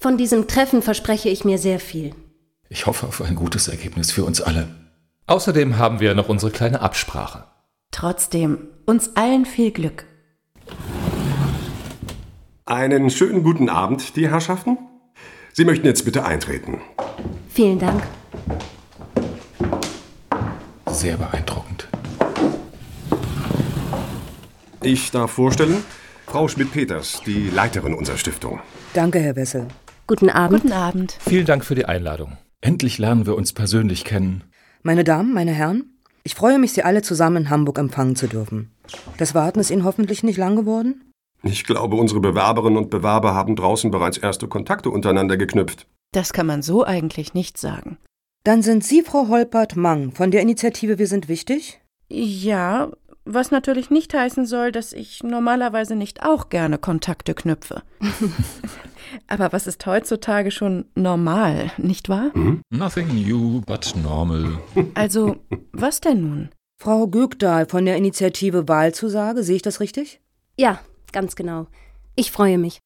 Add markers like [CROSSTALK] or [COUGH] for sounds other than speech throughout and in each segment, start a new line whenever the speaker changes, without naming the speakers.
Von diesem Treffen verspreche ich mir sehr viel.
Ich hoffe auf ein gutes Ergebnis für uns alle.
Außerdem haben wir noch unsere kleine Absprache.
Trotzdem, uns allen viel Glück.
Einen schönen guten Abend, die Herrschaften. Sie möchten jetzt bitte eintreten.
Vielen Dank.
Sehr beeindruckend.
Ich darf vorstellen, Frau Schmidt-Peters, die Leiterin unserer Stiftung.
Danke, Herr Wessel.
Guten Abend.
Guten Abend.
Vielen Dank für die Einladung.
Endlich lernen wir uns persönlich kennen.
Meine Damen, meine Herren, ich freue mich, Sie alle zusammen in Hamburg empfangen zu dürfen. Das Warten ist Ihnen hoffentlich nicht lang geworden?
Ich glaube, unsere Bewerberinnen und Bewerber haben draußen bereits erste Kontakte untereinander geknüpft.
Das kann man so eigentlich nicht sagen.
Dann sind Sie, Frau Holpert-Mang, von der Initiative Wir sind wichtig?
Ja, was natürlich nicht heißen soll, dass ich normalerweise nicht auch gerne Kontakte [LAUGHS] knüpfe. Aber was ist heutzutage schon normal, nicht wahr?
Nothing new but normal.
Also, was denn nun?
Frau Gögdahl von der Initiative Wahlzusage, sehe ich das richtig?
Ja, ganz genau. Ich freue mich.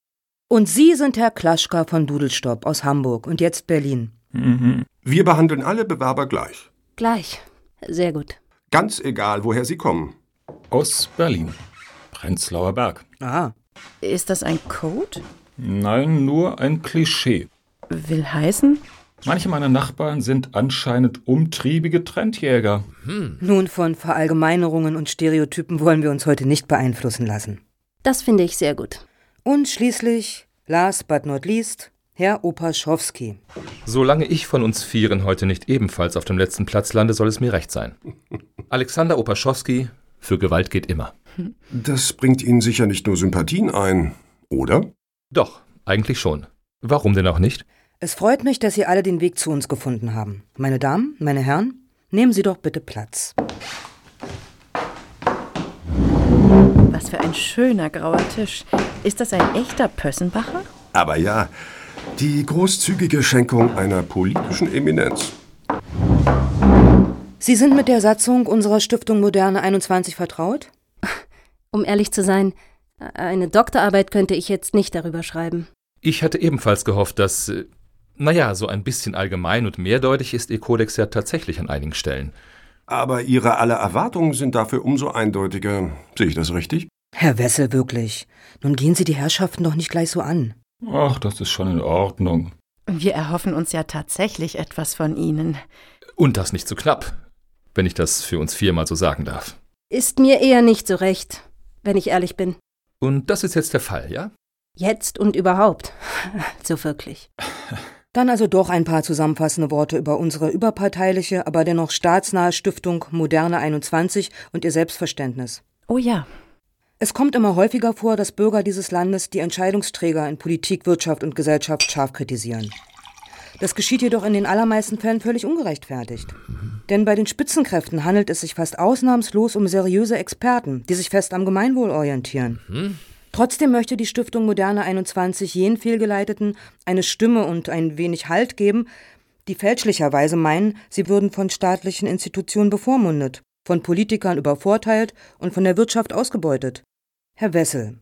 Und Sie sind Herr Klaschka von Dudelstopp aus Hamburg und jetzt Berlin.
Wir behandeln alle Bewerber gleich.
Gleich. Sehr gut.
Ganz egal, woher sie kommen.
Aus Berlin. Prenzlauer Berg.
Ah,
Ist das ein Code?
Nein, nur ein Klischee.
Will heißen?
Manche meiner Nachbarn sind anscheinend umtriebige Trendjäger.
nun von Verallgemeinerungen und Stereotypen wollen wir uns heute nicht beeinflussen lassen.
Das finde ich sehr gut.
Und schließlich, last but not least, Herr Opaschowski.
Solange ich von uns Vieren heute nicht ebenfalls auf dem letzten Platz lande, soll es mir recht sein. Alexander Opaschowski, für Gewalt geht immer.
Das bringt Ihnen sicher nicht nur Sympathien ein, oder?
Doch, eigentlich schon. Warum denn auch nicht?
Es freut mich, dass Sie alle den Weg zu uns gefunden haben. Meine Damen, meine Herren, nehmen Sie doch bitte Platz.
Was für ein schöner grauer Tisch. Ist das ein echter Pössenbacher?
Aber ja, die großzügige Schenkung einer politischen Eminenz.
Sie sind mit der Satzung unserer Stiftung Moderne 21 vertraut?
Um ehrlich zu sein, eine Doktorarbeit könnte ich jetzt nicht darüber schreiben.
Ich hatte ebenfalls gehofft, dass. äh, Naja, so ein bisschen allgemein und mehrdeutig ist Ihr Kodex ja tatsächlich an einigen Stellen.
Aber Ihre aller Erwartungen sind dafür umso eindeutiger. Sehe ich das richtig?
Herr Wessel, wirklich. Nun gehen Sie die Herrschaften doch nicht gleich so an.
Ach, das ist schon in Ordnung.
Wir erhoffen uns ja tatsächlich etwas von Ihnen.
Und das nicht zu knapp, wenn ich das für uns viermal so sagen darf.
Ist mir eher nicht so recht, wenn ich ehrlich bin.
Und das ist jetzt der Fall, ja?
Jetzt und überhaupt. [LAUGHS] So wirklich.
Dann also doch ein paar zusammenfassende Worte über unsere überparteiliche, aber dennoch staatsnahe Stiftung Moderne 21 und ihr Selbstverständnis.
Oh ja,
Es kommt immer häufiger vor, dass Bürger dieses Landes die Entscheidungsträger in Politik, Wirtschaft und Gesellschaft scharf kritisieren. Das geschieht jedoch in den allermeisten Fällen völlig ungerechtfertigt. Denn bei den Spitzenkräften handelt es sich fast ausnahmslos um seriöse Experten, die sich fest am Gemeinwohl orientieren. Trotzdem möchte die Stiftung Moderne 21 jenen Fehlgeleiteten eine Stimme und ein wenig Halt geben, die fälschlicherweise meinen, sie würden von staatlichen Institutionen bevormundet, von Politikern übervorteilt und von der Wirtschaft ausgebeutet. Herr Wessel,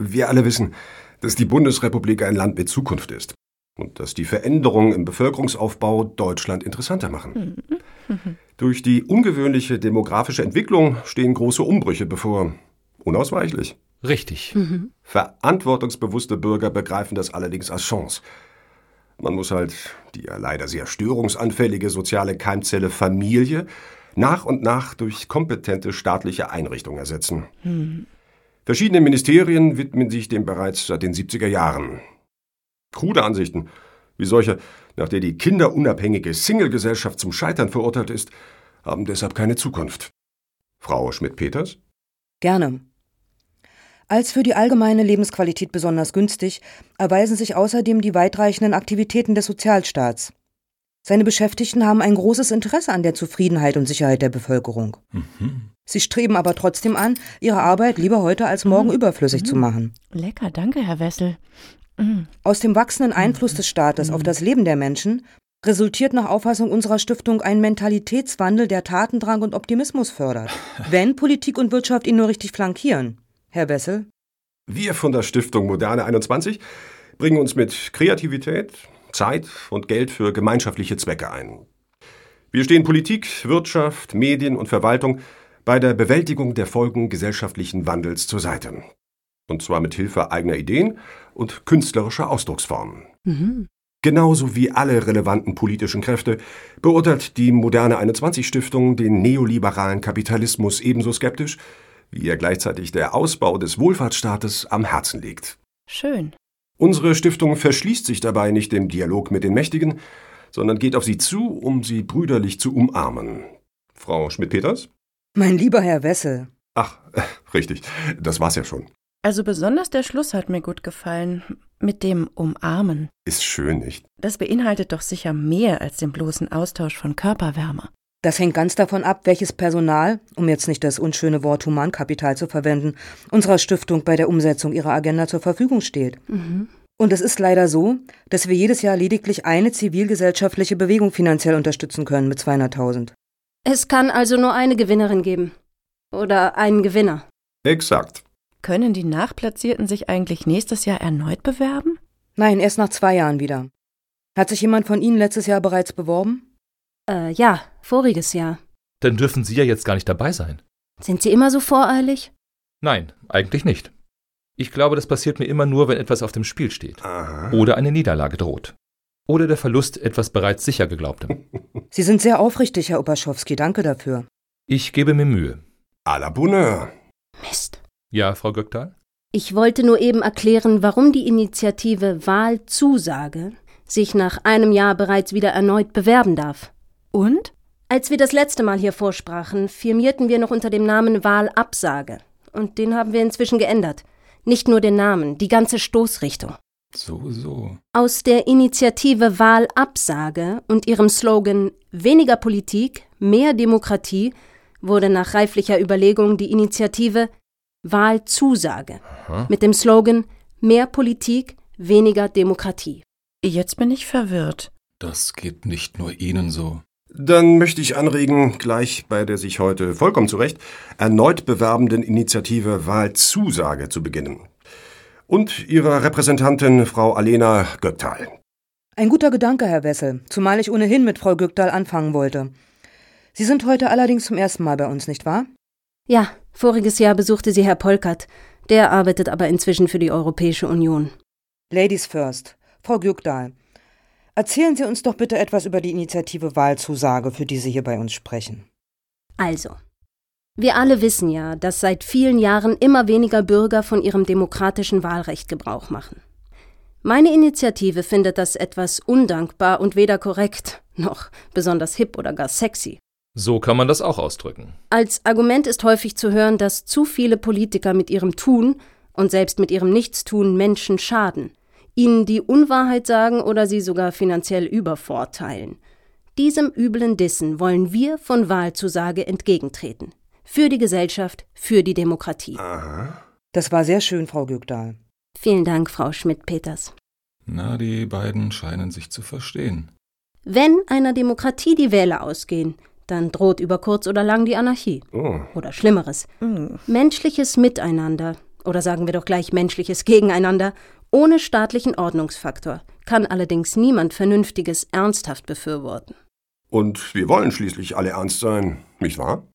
Wir alle wissen, dass die Bundesrepublik ein Land mit Zukunft ist und dass die Veränderungen im Bevölkerungsaufbau Deutschland interessanter machen. Durch die ungewöhnliche demografische Entwicklung stehen große Umbrüche bevor. Unausweichlich.
Richtig.
Verantwortungsbewusste Bürger begreifen das allerdings als Chance. Man muss halt die ja leider sehr störungsanfällige soziale Keimzelle Familie nach und nach durch kompetente staatliche Einrichtungen ersetzen.
hm.
Verschiedene Ministerien widmen sich dem bereits seit den 70er Jahren. Krude Ansichten, wie solche, nach der die kinderunabhängige Single-Gesellschaft zum Scheitern verurteilt ist, haben deshalb keine Zukunft. Frau Schmidt-Peters?
Gerne. Als für die allgemeine Lebensqualität besonders günstig erweisen sich außerdem die weitreichenden Aktivitäten des Sozialstaats. Seine Beschäftigten haben ein großes Interesse an der Zufriedenheit und Sicherheit der Bevölkerung. Sie streben aber trotzdem an, ihre Arbeit lieber heute als morgen überflüssig zu machen.
lecker, danke, Herr Wessel.
Aus dem wachsenden Einfluss des Staates auf das Leben der Menschen resultiert nach Auffassung unserer Stiftung ein Mentalitätswandel, der Tatendrang und Optimismus fördert, wenn Politik und Wirtschaft ihn nur richtig flankieren. Herr Wessel?
Wir von der Stiftung Moderne 21 bringen uns mit Kreativität, Zeit und Geld für gemeinschaftliche Zwecke ein. Wir stehen Politik, Wirtschaft, Medien und Verwaltung bei der Bewältigung der Folgen gesellschaftlichen Wandels zur Seite. Und zwar mit Hilfe eigener Ideen und künstlerischer Ausdrucksformen.
Mhm.
Genauso wie alle relevanten politischen Kräfte beurteilt die moderne 21 Stiftung den neoliberalen Kapitalismus ebenso skeptisch, wie er gleichzeitig der Ausbau des Wohlfahrtsstaates am Herzen liegt.
Schön.
Unsere Stiftung verschließt sich dabei nicht dem Dialog mit den Mächtigen, sondern geht auf sie zu, um sie brüderlich zu umarmen. Frau Schmidt-Peters?
Mein lieber Herr Wessel,
Ach, [LAUGHS] äh, richtig, das war's ja schon.
Also besonders der Schluss hat mir gut gefallen. Mit dem Umarmen.
Ist schön, nicht?
Das beinhaltet doch sicher mehr als den bloßen Austausch von Körperwärme.
das hängt ganz davon ab, welches Personal, um jetzt nicht das unschöne Wort Humankapital zu verwenden, unserer Stiftung bei der Umsetzung ihrer Agenda zur Verfügung steht.
Mhm.
Und es ist leider so, dass wir jedes Jahr lediglich eine zivilgesellschaftliche Bewegung finanziell unterstützen können mit 200.000.
Es kann also nur eine Gewinnerin geben. Oder einen Gewinner.
Exakt.
Können die Nachplatzierten sich eigentlich nächstes Jahr erneut bewerben?
Nein, erst nach zwei Jahren wieder. Hat sich jemand von Ihnen letztes Jahr bereits beworben?
Äh, ja, voriges Jahr.
Dann dürfen Sie ja jetzt gar nicht dabei sein.
Sind Sie immer so voreilig?
Nein, eigentlich nicht. Ich glaube, das passiert mir immer nur, wenn etwas auf dem Spiel steht.
Aha.
Oder eine Niederlage droht. Oder der Verlust etwas bereits sicher geglaubtem.
Sie sind sehr aufrichtig, Herr Opaschowski, danke dafür.
Ich gebe mir Mühe.
À la Bonheur.
Mist.
Ja, Frau Göckdahl?
Ich wollte nur eben erklären, warum die Initiative Wahlzusage sich nach einem Jahr bereits wieder erneut bewerben darf.
Und?
Als wir das letzte Mal hier vorsprachen, firmierten wir noch unter dem Namen Wahlabsage. Und den haben wir inzwischen geändert. Nicht nur den Namen, die ganze Stoßrichtung.
So, so.
Aus der Initiative Wahlabsage und ihrem Slogan Weniger Politik, mehr Demokratie wurde nach reiflicher Überlegung die Initiative Wahlzusage mit dem Slogan Mehr Politik, weniger Demokratie.
Jetzt bin ich verwirrt.
Das geht nicht nur Ihnen so.
Dann möchte ich anregen, gleich bei der sich heute vollkommen zu Recht erneut bewerbenden Initiative Wahlzusage zu beginnen. Und ihrer Repräsentantin Frau Alena Göttal.
Ein guter Gedanke, Herr Wessel, zumal ich ohnehin mit Frau Gückdahl anfangen wollte. Sie sind heute allerdings zum ersten Mal bei uns, nicht wahr?
Ja, voriges Jahr besuchte sie Herr Polkert. Der arbeitet aber inzwischen für die Europäische Union.
Ladies first. Frau Gückdahl, erzählen Sie uns doch bitte etwas über die Initiative Wahlzusage, für die Sie hier bei uns sprechen.
Also, wir alle wissen ja, dass seit vielen Jahren immer weniger Bürger von ihrem demokratischen Wahlrecht Gebrauch machen. Meine Initiative findet das etwas undankbar und weder korrekt noch besonders hip oder gar sexy.
So kann man das auch ausdrücken.
Als Argument ist häufig zu hören, dass zu viele Politiker mit ihrem Tun und selbst mit ihrem Nichtstun Menschen schaden, ihnen die Unwahrheit sagen oder sie sogar finanziell übervorteilen. Diesem üblen Dissen wollen wir von Wahlzusage entgegentreten. Für die Gesellschaft, für die Demokratie.
Das war sehr schön, Frau Gückdahl.
Vielen Dank, Frau Schmidt-Peters.
Na, die beiden scheinen sich zu verstehen.
Wenn einer Demokratie die Wähler ausgehen, dann droht über kurz oder lang die Anarchie.
Oh.
Oder Schlimmeres.
Hm.
Menschliches Miteinander, oder sagen wir doch gleich menschliches Gegeneinander, ohne staatlichen Ordnungsfaktor, kann allerdings niemand Vernünftiges ernsthaft befürworten.
Und wir wollen schließlich alle ernst sein, nicht wahr?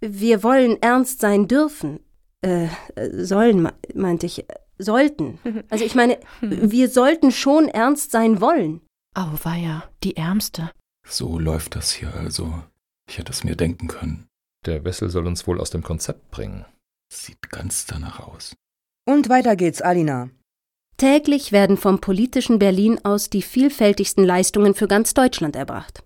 Wir wollen ernst sein dürfen. Äh, äh, sollen, me- meinte ich. äh, Sollten. Also ich meine, wir sollten schon ernst sein wollen.
Auweia, die Ärmste.
So läuft das hier also. Ich hätte es mir denken können.
Der Wessel soll uns wohl aus dem Konzept bringen.
Sieht ganz danach aus.
Und weiter geht's, Alina.
Täglich werden vom politischen Berlin aus die vielfältigsten Leistungen für ganz Deutschland erbracht.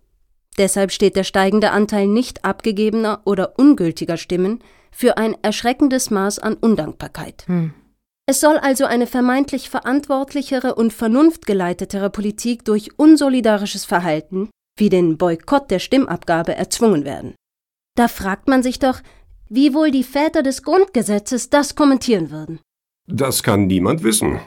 Deshalb steht der steigende Anteil nicht abgegebener oder ungültiger Stimmen für ein erschreckendes Maß an Undankbarkeit.
Hm.
Es soll also eine vermeintlich verantwortlichere und vernunftgeleitetere Politik durch unsolidarisches Verhalten wie den Boykott der Stimmabgabe erzwungen werden. Da fragt man sich doch, wie wohl die Väter des Grundgesetzes das kommentieren würden.
Das kann niemand wissen.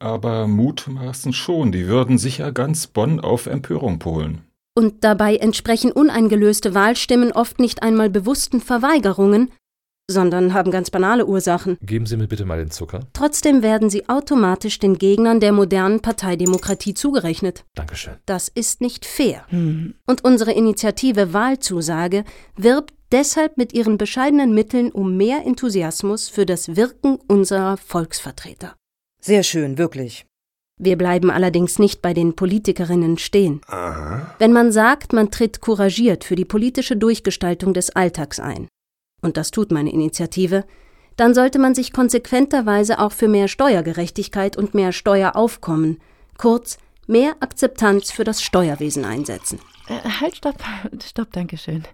Aber mutmaßen schon, die würden sicher ganz Bonn auf Empörung polen.
Und dabei entsprechen uneingelöste Wahlstimmen oft nicht einmal bewussten Verweigerungen, sondern haben ganz banale Ursachen.
Geben Sie mir bitte mal den Zucker.
Trotzdem werden sie automatisch den Gegnern der modernen Parteidemokratie zugerechnet.
Dankeschön.
Das ist nicht fair.
Hm.
Und unsere Initiative Wahlzusage wirbt deshalb mit ihren bescheidenen Mitteln um mehr Enthusiasmus für das Wirken unserer Volksvertreter.
Sehr schön, wirklich.
Wir bleiben allerdings nicht bei den Politikerinnen stehen. Wenn man sagt, man tritt couragiert für die politische Durchgestaltung des Alltags ein, und das tut meine Initiative, dann sollte man sich konsequenterweise auch für mehr Steuergerechtigkeit und mehr Steueraufkommen, kurz mehr Akzeptanz für das Steuerwesen einsetzen.
Äh, halt, stopp. [LAUGHS] Stopp, danke schön.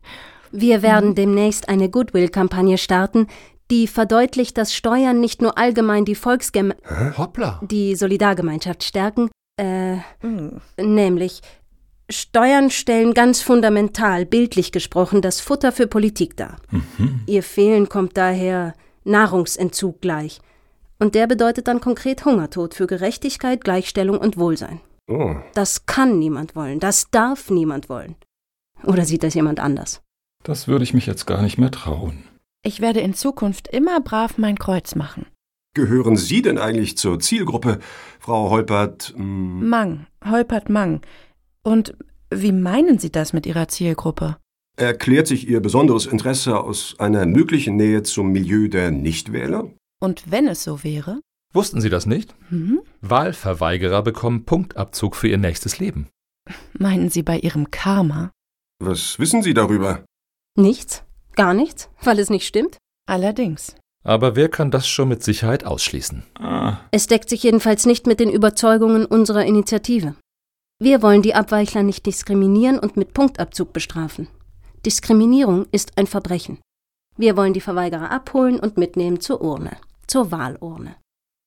Wir werden demnächst eine Goodwill-Kampagne starten, die verdeutlicht, dass Steuern nicht nur allgemein die Volksgem
Hoppla.
die Solidargemeinschaft stärken, äh, nämlich Steuern stellen ganz fundamental, bildlich gesprochen, das Futter für Politik dar. Ihr Fehlen kommt daher Nahrungsentzug gleich. Und der bedeutet dann konkret Hungertod für Gerechtigkeit, Gleichstellung und Wohlsein.
Oh,
Das kann niemand wollen, das darf niemand wollen. Oder sieht das jemand anders?
Das würde ich mich jetzt gar nicht mehr trauen.
Ich werde in Zukunft immer brav mein Kreuz machen.
gehören Sie denn eigentlich zur Zielgruppe, Frau Holpert? Hm,
Mang, holpert Mang. Und wie meinen Sie das mit Ihrer Zielgruppe?
Erklärt sich Ihr besonderes Interesse aus einer möglichen Nähe zum Milieu der Nichtwähler?
Und wenn es so wäre?
Wussten Sie das nicht?
Hm?
Wahlverweigerer bekommen Punktabzug für ihr nächstes Leben.
Meinen Sie bei Ihrem Karma?
Was wissen Sie darüber?
Nichts? Gar nichts? Weil es nicht stimmt?
Allerdings.
Aber wer kann das schon mit Sicherheit ausschließen?
Ah,
Es deckt sich jedenfalls nicht mit den Überzeugungen unserer Initiative. Wir wollen die Abweichler nicht diskriminieren und mit Punktabzug bestrafen. Diskriminierung ist ein Verbrechen. Wir wollen die Verweigerer abholen und mitnehmen zur Urne, zur Wahlurne.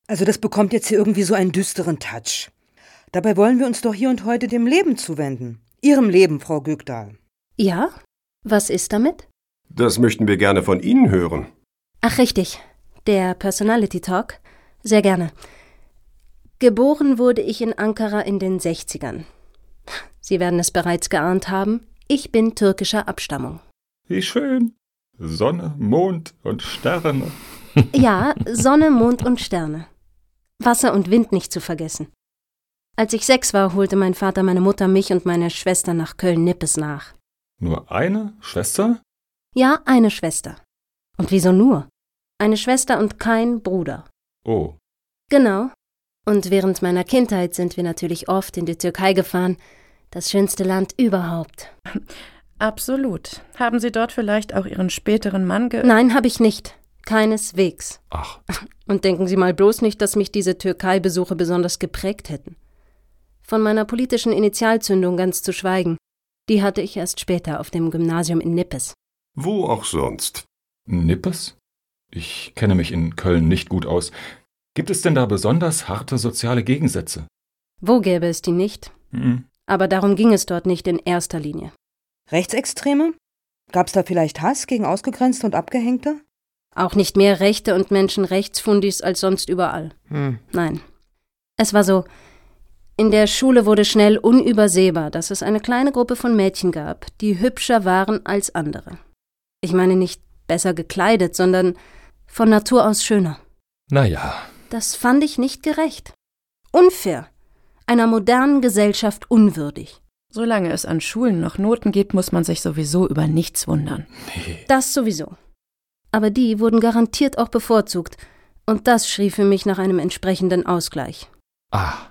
Also das bekommt jetzt hier irgendwie so einen düsteren Touch. Dabei wollen wir uns doch hier und heute dem Leben zuwenden. Ihrem Leben, Frau Gögdahl.
Ja? Was ist damit?
Das möchten wir gerne von Ihnen hören.
Ach richtig, der Personality Talk. Sehr gerne. Geboren wurde ich in Ankara in den 60ern. Sie werden es bereits geahnt haben, ich bin türkischer Abstammung.
wie schön. Sonne, Mond und Sterne.
Ja, Sonne, Mond und Sterne. Wasser und Wind nicht zu vergessen. Als ich sechs war, holte mein Vater meine Mutter mich und meine Schwester nach Köln-Nippes nach.
Nur eine Schwester?
Ja, eine Schwester. Und wieso nur? Eine Schwester und kein Bruder.
Oh,
Genau. Und während meiner Kindheit sind wir natürlich oft in die Türkei gefahren. Das schönste Land überhaupt.
Absolut. Haben Sie dort vielleicht auch Ihren späteren Mann ge...
Nein, habe ich nicht. Keineswegs. [LAUGHS]
Ach,
Und denken Sie mal bloß nicht, dass mich diese Türkei-Besuche besonders geprägt hätten. Von meiner politischen Initialzündung ganz zu schweigen. Die hatte ich erst später auf dem Gymnasium in Nippes.
Wo auch sonst.
Nippes? Ich kenne mich in Köln nicht gut aus. Gibt es denn da besonders harte soziale Gegensätze?
Wo gäbe es die nicht?
Hm.
Aber darum ging es dort nicht in erster Linie.
Rechtsextreme? Gab's da vielleicht Hass gegen Ausgegrenzte und Abgehängte?
Auch nicht mehr Rechte und Menschenrechtsfundis als sonst überall. Nein. Es war so. In der Schule wurde schnell unübersehbar, dass es eine kleine Gruppe von Mädchen gab, die hübscher waren als andere. Ich meine nicht besser gekleidet, sondern von Natur aus schöner.
naja.
Das fand ich nicht gerecht. Unfair. Einer modernen Gesellschaft unwürdig.
Solange es an Schulen noch Noten gibt, muss man sich sowieso über nichts wundern.
Das sowieso. Aber die wurden garantiert auch bevorzugt. Und das schrie für mich nach einem entsprechenden Ausgleich.
Ah,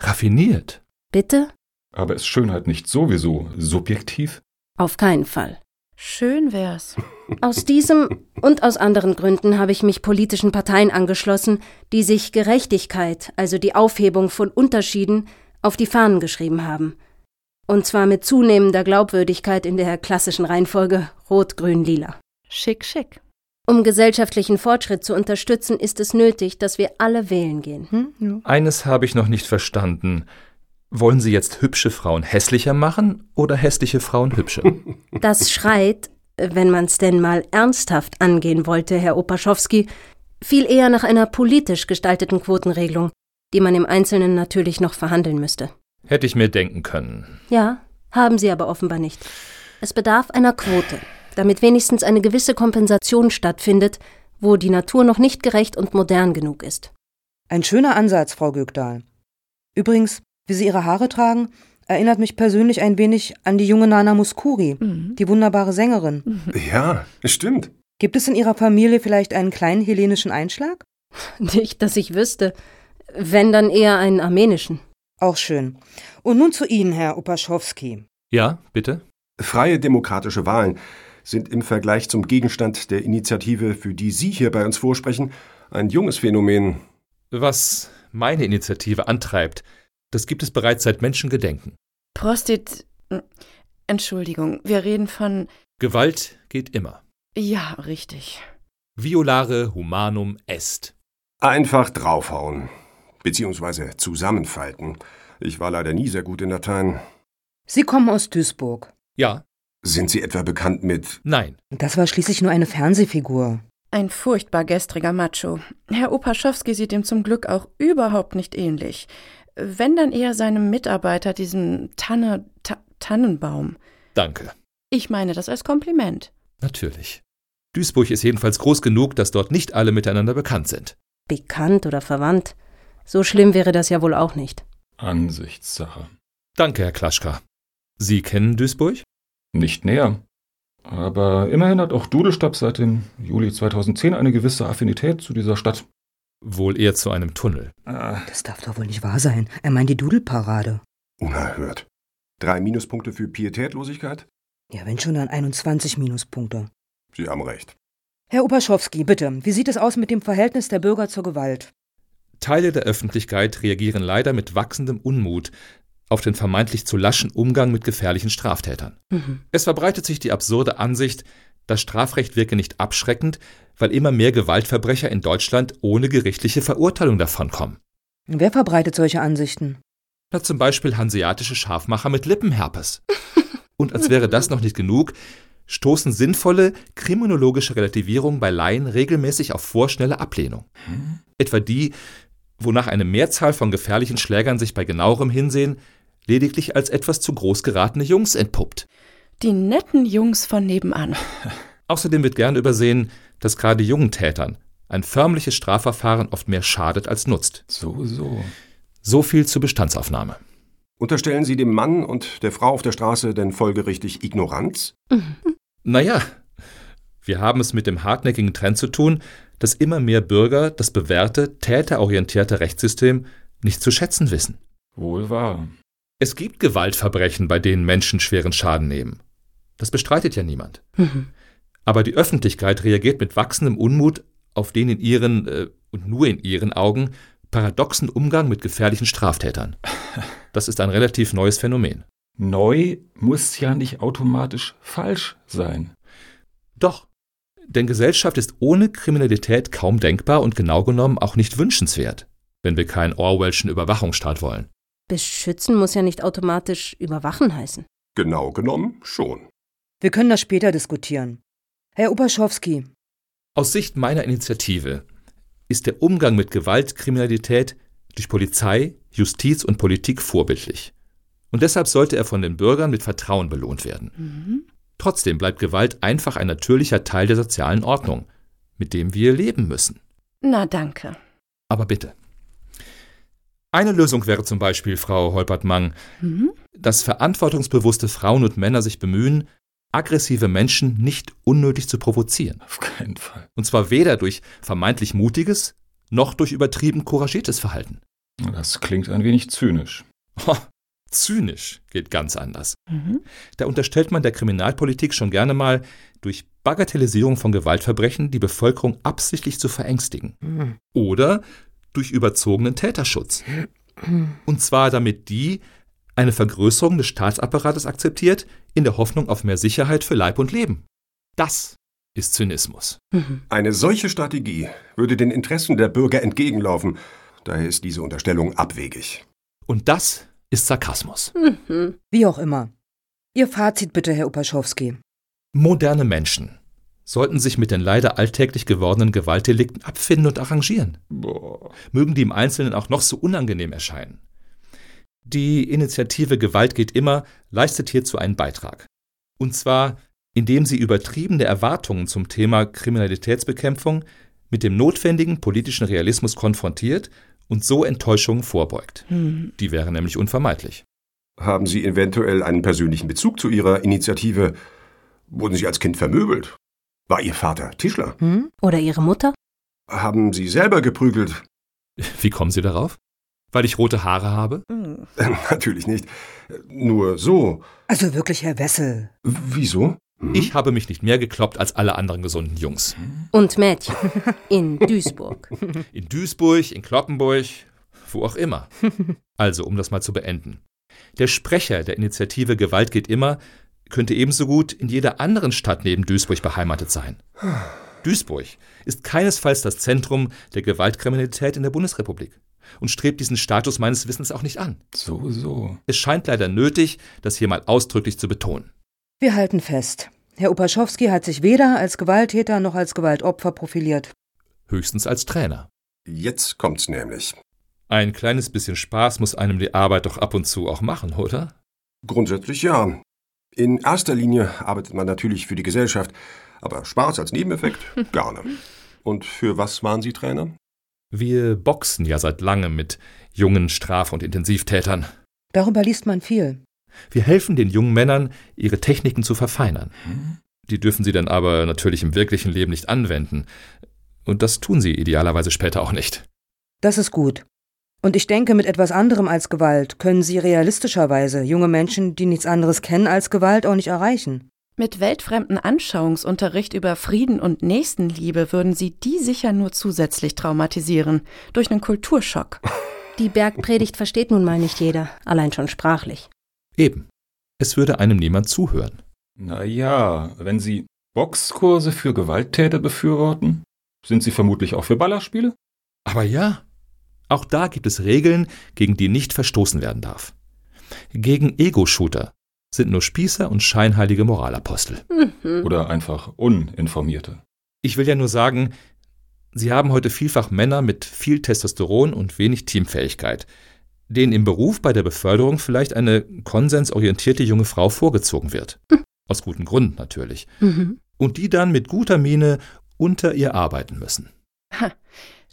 raffiniert.
Bitte?
Aber ist Schönheit nicht sowieso subjektiv?
Auf keinen Fall.
Schön wär's.
Aus diesem und aus anderen Gründen habe ich mich politischen Parteien angeschlossen, die sich Gerechtigkeit, also die Aufhebung von Unterschieden, auf die Fahnen geschrieben haben. Und zwar mit zunehmender Glaubwürdigkeit in der klassischen Reihenfolge Rot, Grün, Lila.
Schick, schick.
Um gesellschaftlichen Fortschritt zu unterstützen, ist es nötig, dass wir alle wählen gehen.
Hm? Ja.
Eines habe ich noch nicht verstanden. Wollen Sie jetzt hübsche Frauen hässlicher machen oder hässliche Frauen hübscher? [LAUGHS]
Das schreit, wenn man's denn mal ernsthaft angehen wollte, Herr Opaschowski, viel eher nach einer politisch gestalteten Quotenregelung, die man im Einzelnen natürlich noch verhandeln müsste.
Hätte ich mir denken können.
Ja, haben sie aber offenbar nicht. Es bedarf einer Quote. damit wenigstens eine gewisse Kompensation stattfindet, wo die Natur noch nicht gerecht und modern genug ist. [LAUGHS]
Ein schöner Ansatz, Frau Gögdahl. Übrigens, wie Sie Ihre Haare tragen, erinnert mich persönlich ein wenig an die junge Nana Muskuri,
Mhm.
die wunderbare Sängerin.
Ja, stimmt.
Gibt es in Ihrer Familie vielleicht einen kleinen hellenischen Einschlag?
Nicht, dass ich wüsste. Wenn dann eher einen armenischen.
Auch schön. Und nun zu Ihnen, Herr Opaschowski.
Ja, bitte?
Freie demokratische Wahlen sind im Vergleich zum Gegenstand der Initiative, für die Sie hier bei uns vorsprechen, ein junges Phänomen.
Was meine Initiative antreibt, das gibt es bereits seit Menschengedenken.
Prostit. Hm. Entschuldigung, wir reden von.
Gewalt geht immer.
Ja, richtig.
Violare humanum est.
Einfach draufhauen. Beziehungsweise zusammenfalten. Ich war leider nie sehr gut in Latein.
Sie kommen aus Duisburg.
Ja,
Sind Sie etwa bekannt mit
nein.
Das war schließlich nur eine Fernsehfigur.
Ein furchtbar gestriger Macho. Herr Opaschowski sieht ihm zum Glück auch überhaupt nicht ähnlich. Wenn dann eher seinem Mitarbeiter, diesem Tanne, Ta Tannenbaum.
Danke.
Ich meine das als Kompliment.
Natürlich. Duisburg ist jedenfalls groß genug, dass dort nicht alle miteinander bekannt sind.
Bekannt oder verwandt. So schlimm wäre das ja wohl auch nicht.
Ansichtssache.
Danke, Herr Klaschka. Sie kennen Duisburg?
Nicht näher. Aber immerhin hat auch Dudelstadt seit dem Juli 2010 eine gewisse Affinität zu dieser Stadt.
Wohl eher zu einem Tunnel.
Äh,
Das darf doch wohl nicht wahr sein. Er meint die Dudelparade.
unerhört? Drei Minuspunkte für Pietätlosigkeit?
Ja, wenn schon, dann 21 Minuspunkte.
Sie haben recht.
Herr Opaschowski, bitte, wie sieht es aus mit dem Verhältnis der Bürger zur Gewalt?
Teile der Öffentlichkeit reagieren leider mit wachsendem Unmut auf den vermeintlich zu laschen Umgang mit gefährlichen Straftätern.
Mhm.
Es verbreitet sich die absurde Ansicht, das Strafrecht wirke nicht abschreckend, weil immer mehr Gewaltverbrecher in Deutschland ohne gerichtliche Verurteilung davonkommen.
Wer verbreitet solche Ansichten?
Na, zum Beispiel hanseatische Schafmacher mit Lippenherpes. Und als wäre das noch nicht genug, stoßen sinnvolle kriminologische Relativierungen bei Laien regelmäßig auf vorschnelle Ablehnung. Etwa die, wonach eine Mehrzahl von gefährlichen Schlägern sich bei genauerem Hinsehen lediglich als etwas zu groß geratene Jungs entpuppt.
Die netten Jungs von nebenan.
Außerdem wird gern übersehen, dass gerade jungen Tätern ein förmliches Strafverfahren oft mehr schadet als nutzt.
so, so.
So viel zur Bestandsaufnahme.
Unterstellen Sie dem Mann und der Frau auf der Straße denn folgerichtig Ignoranz?
Naja, wir haben es mit dem hartnäckigen Trend zu tun, dass immer mehr Bürger das bewährte, täterorientierte Rechtssystem nicht zu schätzen wissen.
Wohl wahr.
Es gibt Gewaltverbrechen, bei denen Menschen schweren Schaden nehmen. Das bestreitet ja niemand.
Mhm.
Aber die Öffentlichkeit reagiert mit wachsendem Unmut auf den in ihren äh, und nur in ihren Augen paradoxen Umgang mit gefährlichen Straftätern. Das ist ein relativ neues Phänomen.
Neu muss ja nicht automatisch falsch sein.
Doch. Denn Gesellschaft ist ohne Kriminalität kaum denkbar und genau genommen auch nicht wünschenswert, wenn wir keinen Orwellschen Überwachungsstaat wollen.
Beschützen muss ja nicht automatisch überwachen heißen.
Genau genommen schon.
Wir können das später diskutieren. Herr Opaschowski,
Aus Sicht meiner Initiative ist der Umgang mit Gewaltkriminalität durch Polizei, Justiz und Politik vorbildlich. Und deshalb sollte er von den Bürgern mit Vertrauen belohnt werden. Trotzdem bleibt Gewalt einfach ein natürlicher Teil der sozialen Ordnung, mit dem wir leben müssen.
Na danke.
Aber bitte. Eine Lösung wäre zum Beispiel, Frau Holpert-Mang, dass verantwortungsbewusste Frauen und Männer sich bemühen, aggressive Menschen nicht unnötig zu provozieren.
Auf keinen Fall.
Und zwar weder durch vermeintlich mutiges, noch durch übertrieben couragiertes Verhalten.
Das klingt ein wenig zynisch.
Ho, [LAUGHS] zynisch geht ganz anders. Da unterstellt man der Kriminalpolitik schon gerne mal, durch Bagatellisierung von Gewaltverbrechen die Bevölkerung absichtlich zu verängstigen. Oder durch überzogenen Täterschutz. Und zwar damit die eine Vergrößerung des Staatsapparates akzeptiert, in der Hoffnung auf mehr Sicherheit für Leib und Leben. Das ist Zynismus.
Mhm.
Eine solche Strategie würde den Interessen der Bürger entgegenlaufen. Daher ist diese Unterstellung abwegig.
Und das ist Sarkasmus.
Mhm.
wie auch immer. Ihr Fazit bitte, Herr Opaschowski.
Moderne Menschen sollten sich mit den leider alltäglich gewordenen Gewaltdelikten abfinden und arrangieren.
Boah.
mögen die im Einzelnen auch noch so unangenehm erscheinen. Die Initiative Gewalt geht immer leistet hierzu einen Beitrag. Und zwar indem sie übertriebene Erwartungen zum Thema Kriminalitätsbekämpfung mit dem notwendigen politischen Realismus konfrontiert und so Enttäuschungen vorbeugt.
Hm.
Die wären nämlich unvermeidlich.
Haben Sie eventuell einen persönlichen Bezug zu Ihrer Initiative? Wurden Sie als Kind vermöbelt? War Ihr Vater Tischler?
Hm?
Oder ihre Mutter?
Haben Sie selber geprügelt? [LAUGHS]
Wie kommen Sie darauf? Weil ich rote Haare habe?
Hm.
Natürlich nicht. Nur so.
Also wirklich, Herr Wessel.
Wieso? Hm?
Ich habe mich nicht mehr gekloppt als alle anderen gesunden Jungs.
Und Mädchen. In Duisburg.
In Duisburg, in Kloppenburg, wo auch immer. Also, um das mal zu beenden. Der Sprecher der Initiative Gewalt geht immer könnte ebenso gut in jeder anderen Stadt neben Duisburg beheimatet sein. Duisburg ist keinesfalls das Zentrum der Gewaltkriminalität in der Bundesrepublik und strebt diesen Status meines Wissens auch nicht an.
So, so.
Es scheint leider nötig, das hier mal ausdrücklich zu betonen.
Wir halten fest. Herr Upaschowski hat sich weder als Gewalttäter noch als Gewaltopfer profiliert.
Höchstens als Trainer.
Jetzt kommt's nämlich.
Ein kleines bisschen Spaß muss einem die Arbeit doch ab und zu auch machen, oder?
Grundsätzlich ja. In erster Linie arbeitet man natürlich für die Gesellschaft, aber Spaß als Nebeneffekt gerne. Und für was waren Sie Trainer?
Wir boxen ja seit langem mit jungen Straf- und Intensivtätern.
Darüber liest man viel.
Wir helfen den jungen Männern, ihre Techniken zu verfeinern. Die dürfen sie dann aber natürlich im wirklichen Leben nicht anwenden. Und das tun sie idealerweise später auch nicht.
Das ist gut. Und ich denke, mit etwas anderem als Gewalt können Sie realistischerweise junge Menschen, die nichts anderes kennen als Gewalt, auch nicht erreichen.
Mit weltfremden Anschauungsunterricht über Frieden und Nächstenliebe würden Sie die sicher nur zusätzlich traumatisieren, durch einen Kulturschock.
Die Bergpredigt versteht nun mal nicht jeder, allein schon sprachlich.
Eben. Es würde einem niemand zuhören.
Naja, wenn Sie Boxkurse für Gewalttäter befürworten, sind Sie vermutlich auch für Ballerspiele?
Aber ja, auch da gibt es Regeln, gegen die nicht verstoßen werden darf. Gegen Ego-Shooter sind nur Spießer und scheinheilige Moralapostel.
Oder einfach Uninformierte?
Ich will ja nur sagen, sie haben heute vielfach Männer mit viel Testosteron und wenig Teamfähigkeit, denen im Beruf bei der Beförderung vielleicht eine konsensorientierte junge Frau vorgezogen wird. Aus gutem Grund natürlich.
Mhm.
Und die dann mit guter Miene unter ihr arbeiten müssen.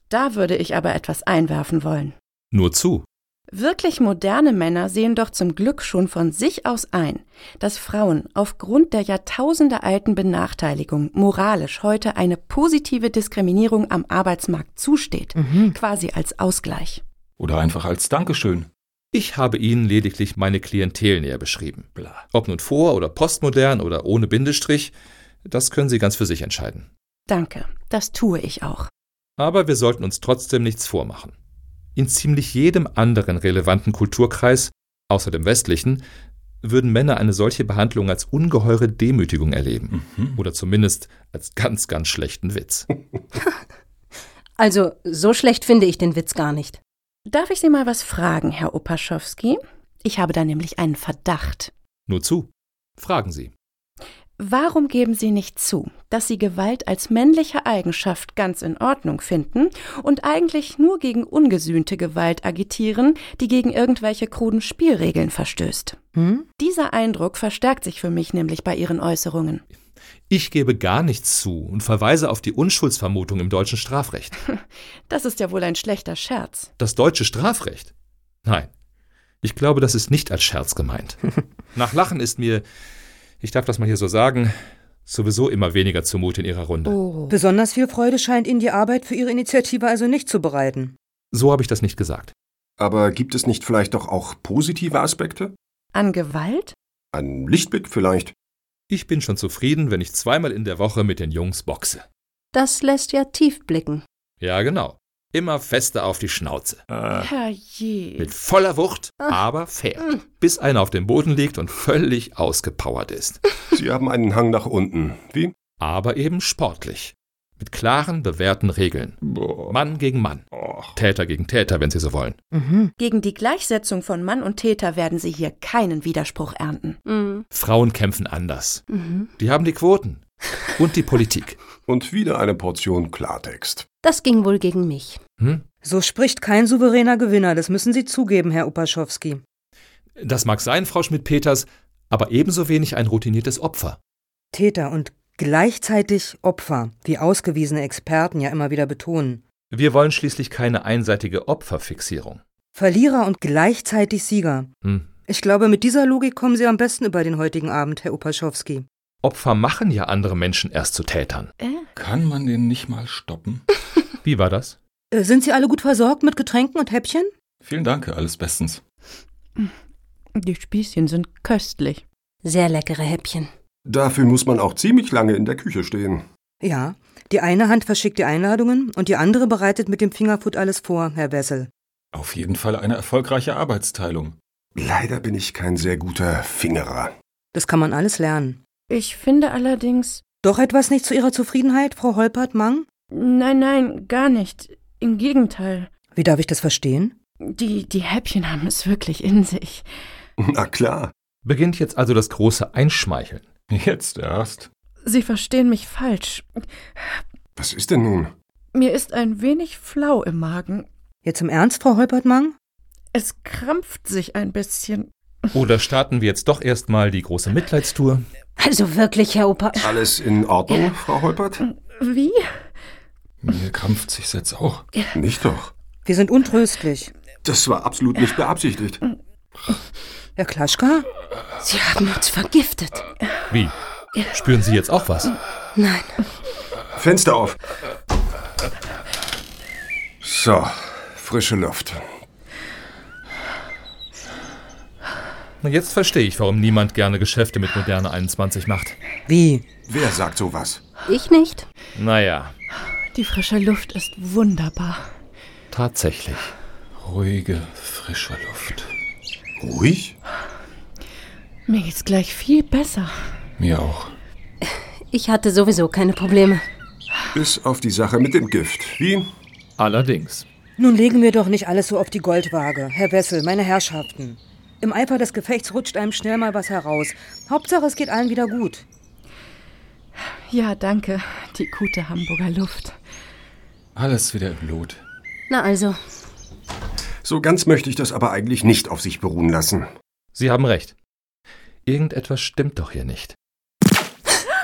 Da würde ich aber etwas einwerfen wollen.
Nur zu.
Wirklich moderne Männer sehen doch zum Glück schon von sich aus ein, dass Frauen aufgrund der jahrtausendealten Benachteiligung moralisch heute eine positive Diskriminierung am Arbeitsmarkt zusteht,
Mhm.
Mhm.
quasi als Ausgleich.
Oder einfach als Dankeschön?
Ich habe Ihnen lediglich meine Klientel näher beschrieben. Ob nun vor- oder postmodern oder ohne Bindestrich, das können Sie ganz für sich entscheiden.
Danke, das tue ich auch.
Aber wir sollten uns trotzdem nichts vormachen. In ziemlich jedem anderen relevanten Kulturkreis, außer dem westlichen, würden Männer eine solche Behandlung als ungeheure Demütigung erleben. Oder zumindest als ganz, ganz schlechten Witz.
Also, so schlecht finde ich den Witz gar nicht.
Darf ich Sie mal was fragen, Herr Opaschowski? Ich habe da nämlich einen Verdacht.
Nur zu. Fragen Sie.
Warum geben Sie nicht zu, dass Sie Gewalt als männliche Eigenschaft ganz in Ordnung finden und eigentlich nur gegen ungesühnte Gewalt agitieren, die gegen irgendwelche kruden Spielregeln verstößt?
Hm?
Dieser Eindruck verstärkt sich für mich nämlich bei Ihren Äußerungen.
Ich gebe gar nichts zu und verweise auf die Unschuldsvermutung im deutschen Strafrecht.
Das ist ja wohl ein schlechter Scherz.
Das deutsche Strafrecht? Nein. Ich glaube, das ist nicht als Scherz gemeint. Nach Lachen ist mir, ich darf das mal hier so sagen, sowieso immer weniger zumute in Ihrer Runde.
Oh.
Besonders viel Freude scheint Ihnen die Arbeit für Ihre Initiative also nicht zu bereiten.
So habe ich das nicht gesagt.
Aber gibt es nicht vielleicht doch auch positive Aspekte?
An Gewalt?
Ein Lichtblick vielleicht?
Ich bin schon zufrieden, wenn ich zweimal in der Woche mit den Jungs boxe.
Das lässt ja tief blicken.
Ja, genau. Immer fester auf die Schnauze.
Herrje.
Mit voller Wucht, aber fair. Bis einer auf dem Boden liegt und völlig ausgepowert ist.
Sie haben einen Hang nach unten. Wie?
Aber eben sportlich. Mit klaren, bewährten Regeln.
Boah.
Mann gegen Mann.
Och.
Täter gegen Täter, wenn Sie so wollen.
Mhm.
Gegen die Gleichsetzung von Mann und Täter werden Sie hier keinen Widerspruch ernten.
Mhm.
Frauen kämpfen anders.
Mhm.
Die haben die Quoten. Und die Politik.
Und wieder eine Portion Klartext.
Das ging wohl gegen mich.
Hm?
So spricht kein souveräner Gewinner, das müssen Sie zugeben, Herr Upaschowski.
Das mag sein, Frau Schmidt-Peters, aber ebenso wenig ein routiniertes Opfer.
Täter und gleichzeitig Opfer, wie ausgewiesene Experten ja immer wieder betonen.
Wir wollen schließlich keine einseitige Opferfixierung.
Verlierer und gleichzeitig Sieger.
Hm.
Ich glaube, mit dieser Logik kommen Sie am besten über den heutigen Abend, Herr Opaschowski.
Opfer machen ja andere Menschen erst zu Tätern.
Äh?
Kann man den nicht mal stoppen?
Wie war das?
Äh, sind Sie alle gut versorgt mit Getränken und Häppchen?
Vielen Dank, alles bestens.
Die Spießchen sind köstlich.
Sehr leckere Häppchen.
Dafür muss man auch ziemlich lange in der Küche stehen.
Ja. Die eine Hand verschickt die Einladungen und die andere bereitet mit dem Fingerfood alles vor, Herr Wessel.
Auf jeden Fall eine erfolgreiche Arbeitsteilung.
Leider bin ich kein sehr guter Fingerer. [LAUGHS]
Das kann man alles lernen.
Ich finde allerdings.
Doch etwas nicht zu Ihrer Zufriedenheit, Frau Holpert-Mang?
Nein, nein, gar nicht. Im Gegenteil.
Wie darf ich das verstehen?
Die, die Häppchen haben es wirklich in sich.
Na klar.
Beginnt jetzt also das große Einschmeicheln.
Jetzt erst.
Sie verstehen mich falsch.
Was ist denn nun?
Mir ist ein wenig flau im Magen.
Jetzt im Ernst, Frau Holpert-Mang?
Es krampft sich ein bisschen.
Oder starten wir jetzt doch erstmal die große Mitleidstour?
Also wirklich, Herr Opa.
Alles in Ordnung, Frau Holpert?
Wie?
Mir krampft sich's jetzt auch.
Nicht doch.
Wir sind untröstlich.
Das war absolut nicht beabsichtigt.
Herr Klaschka?
Sie haben uns vergiftet.
Wie? Spüren Sie jetzt auch was?
Nein.
Fenster auf. So, frische Luft.
Na, jetzt verstehe ich, warum niemand gerne Geschäfte mit Moderne 21 macht.
Wie?
Wer sagt sowas?
Ich nicht.
Naja,
Die frische Luft ist wunderbar.
tatsächlich.
Ruhige, frische Luft.
Ruhig?
Mir geht's gleich viel besser.
Mir auch.
Ich hatte sowieso keine Probleme.
Bis auf die Sache mit dem Gift. Wie?
Allerdings.
Nun legen wir doch nicht alles so auf die Goldwaage, Herr Wessel, meine Herrschaften. Im Eifer des Gefechts rutscht einem schnell mal was heraus. Hauptsache, es geht allen wieder gut.
Ja, danke. Die gute Hamburger Luft.
Alles wieder im Lot.
Na also,
So ganz möchte ich das aber eigentlich nicht auf sich beruhen lassen.
Sie haben recht. Irgendetwas stimmt doch hier nicht.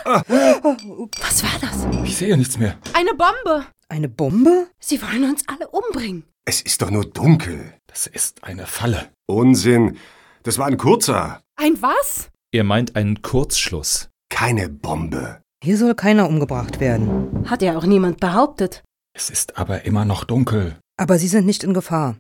Oh,
was war das?
Ich sehe nichts mehr.
Eine Bombe!
Eine Bombe?
Sie wollen uns alle umbringen.
Es ist doch nur dunkel.
Das ist eine Falle.
Unsinn. Das war ein kurzer.
Ein was?
Ihr meint einen Kurzschluss.
Keine Bombe.
Hier soll keiner umgebracht werden.
Hat ja auch niemand behauptet.
Es ist aber immer noch dunkel.
Aber Sie sind nicht in Gefahr.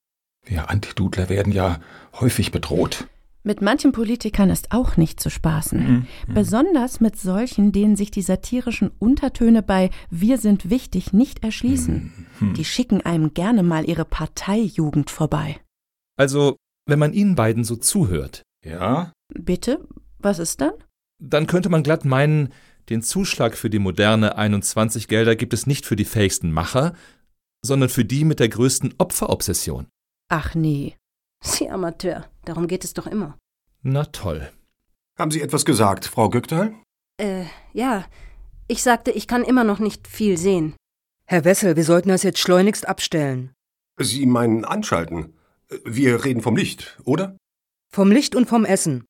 Wir Antidudler werden ja häufig bedroht.
Mit manchen Politikern ist auch nicht zu
Mhm.
spaßen. Besonders mit solchen, denen sich die satirischen Untertöne bei Wir sind wichtig nicht
Mhm.
erschließen.
Hm.
Die schicken einem gerne mal ihre Parteijugend vorbei.
Also, wenn man Ihnen beiden so zuhört,
Ja?
Bitte? Was ist dann?
dann könnte man glatt meinen, den Zuschlag für die moderne 21 Gelder gibt es nicht für die fähigsten Macher, sondern für die mit der größten Opferobsession.
Ach nee.
Sie Amateur. Darum geht es doch immer.
Na toll.
Haben Sie etwas gesagt, Frau Göcktal?
Äh, ja. Ich sagte, ich kann immer noch nicht viel sehen.
Herr Wessel, wir sollten das jetzt schleunigst abstellen.
Sie meinen anschalten. Wir reden vom Licht, oder?
Vom Licht und vom Essen.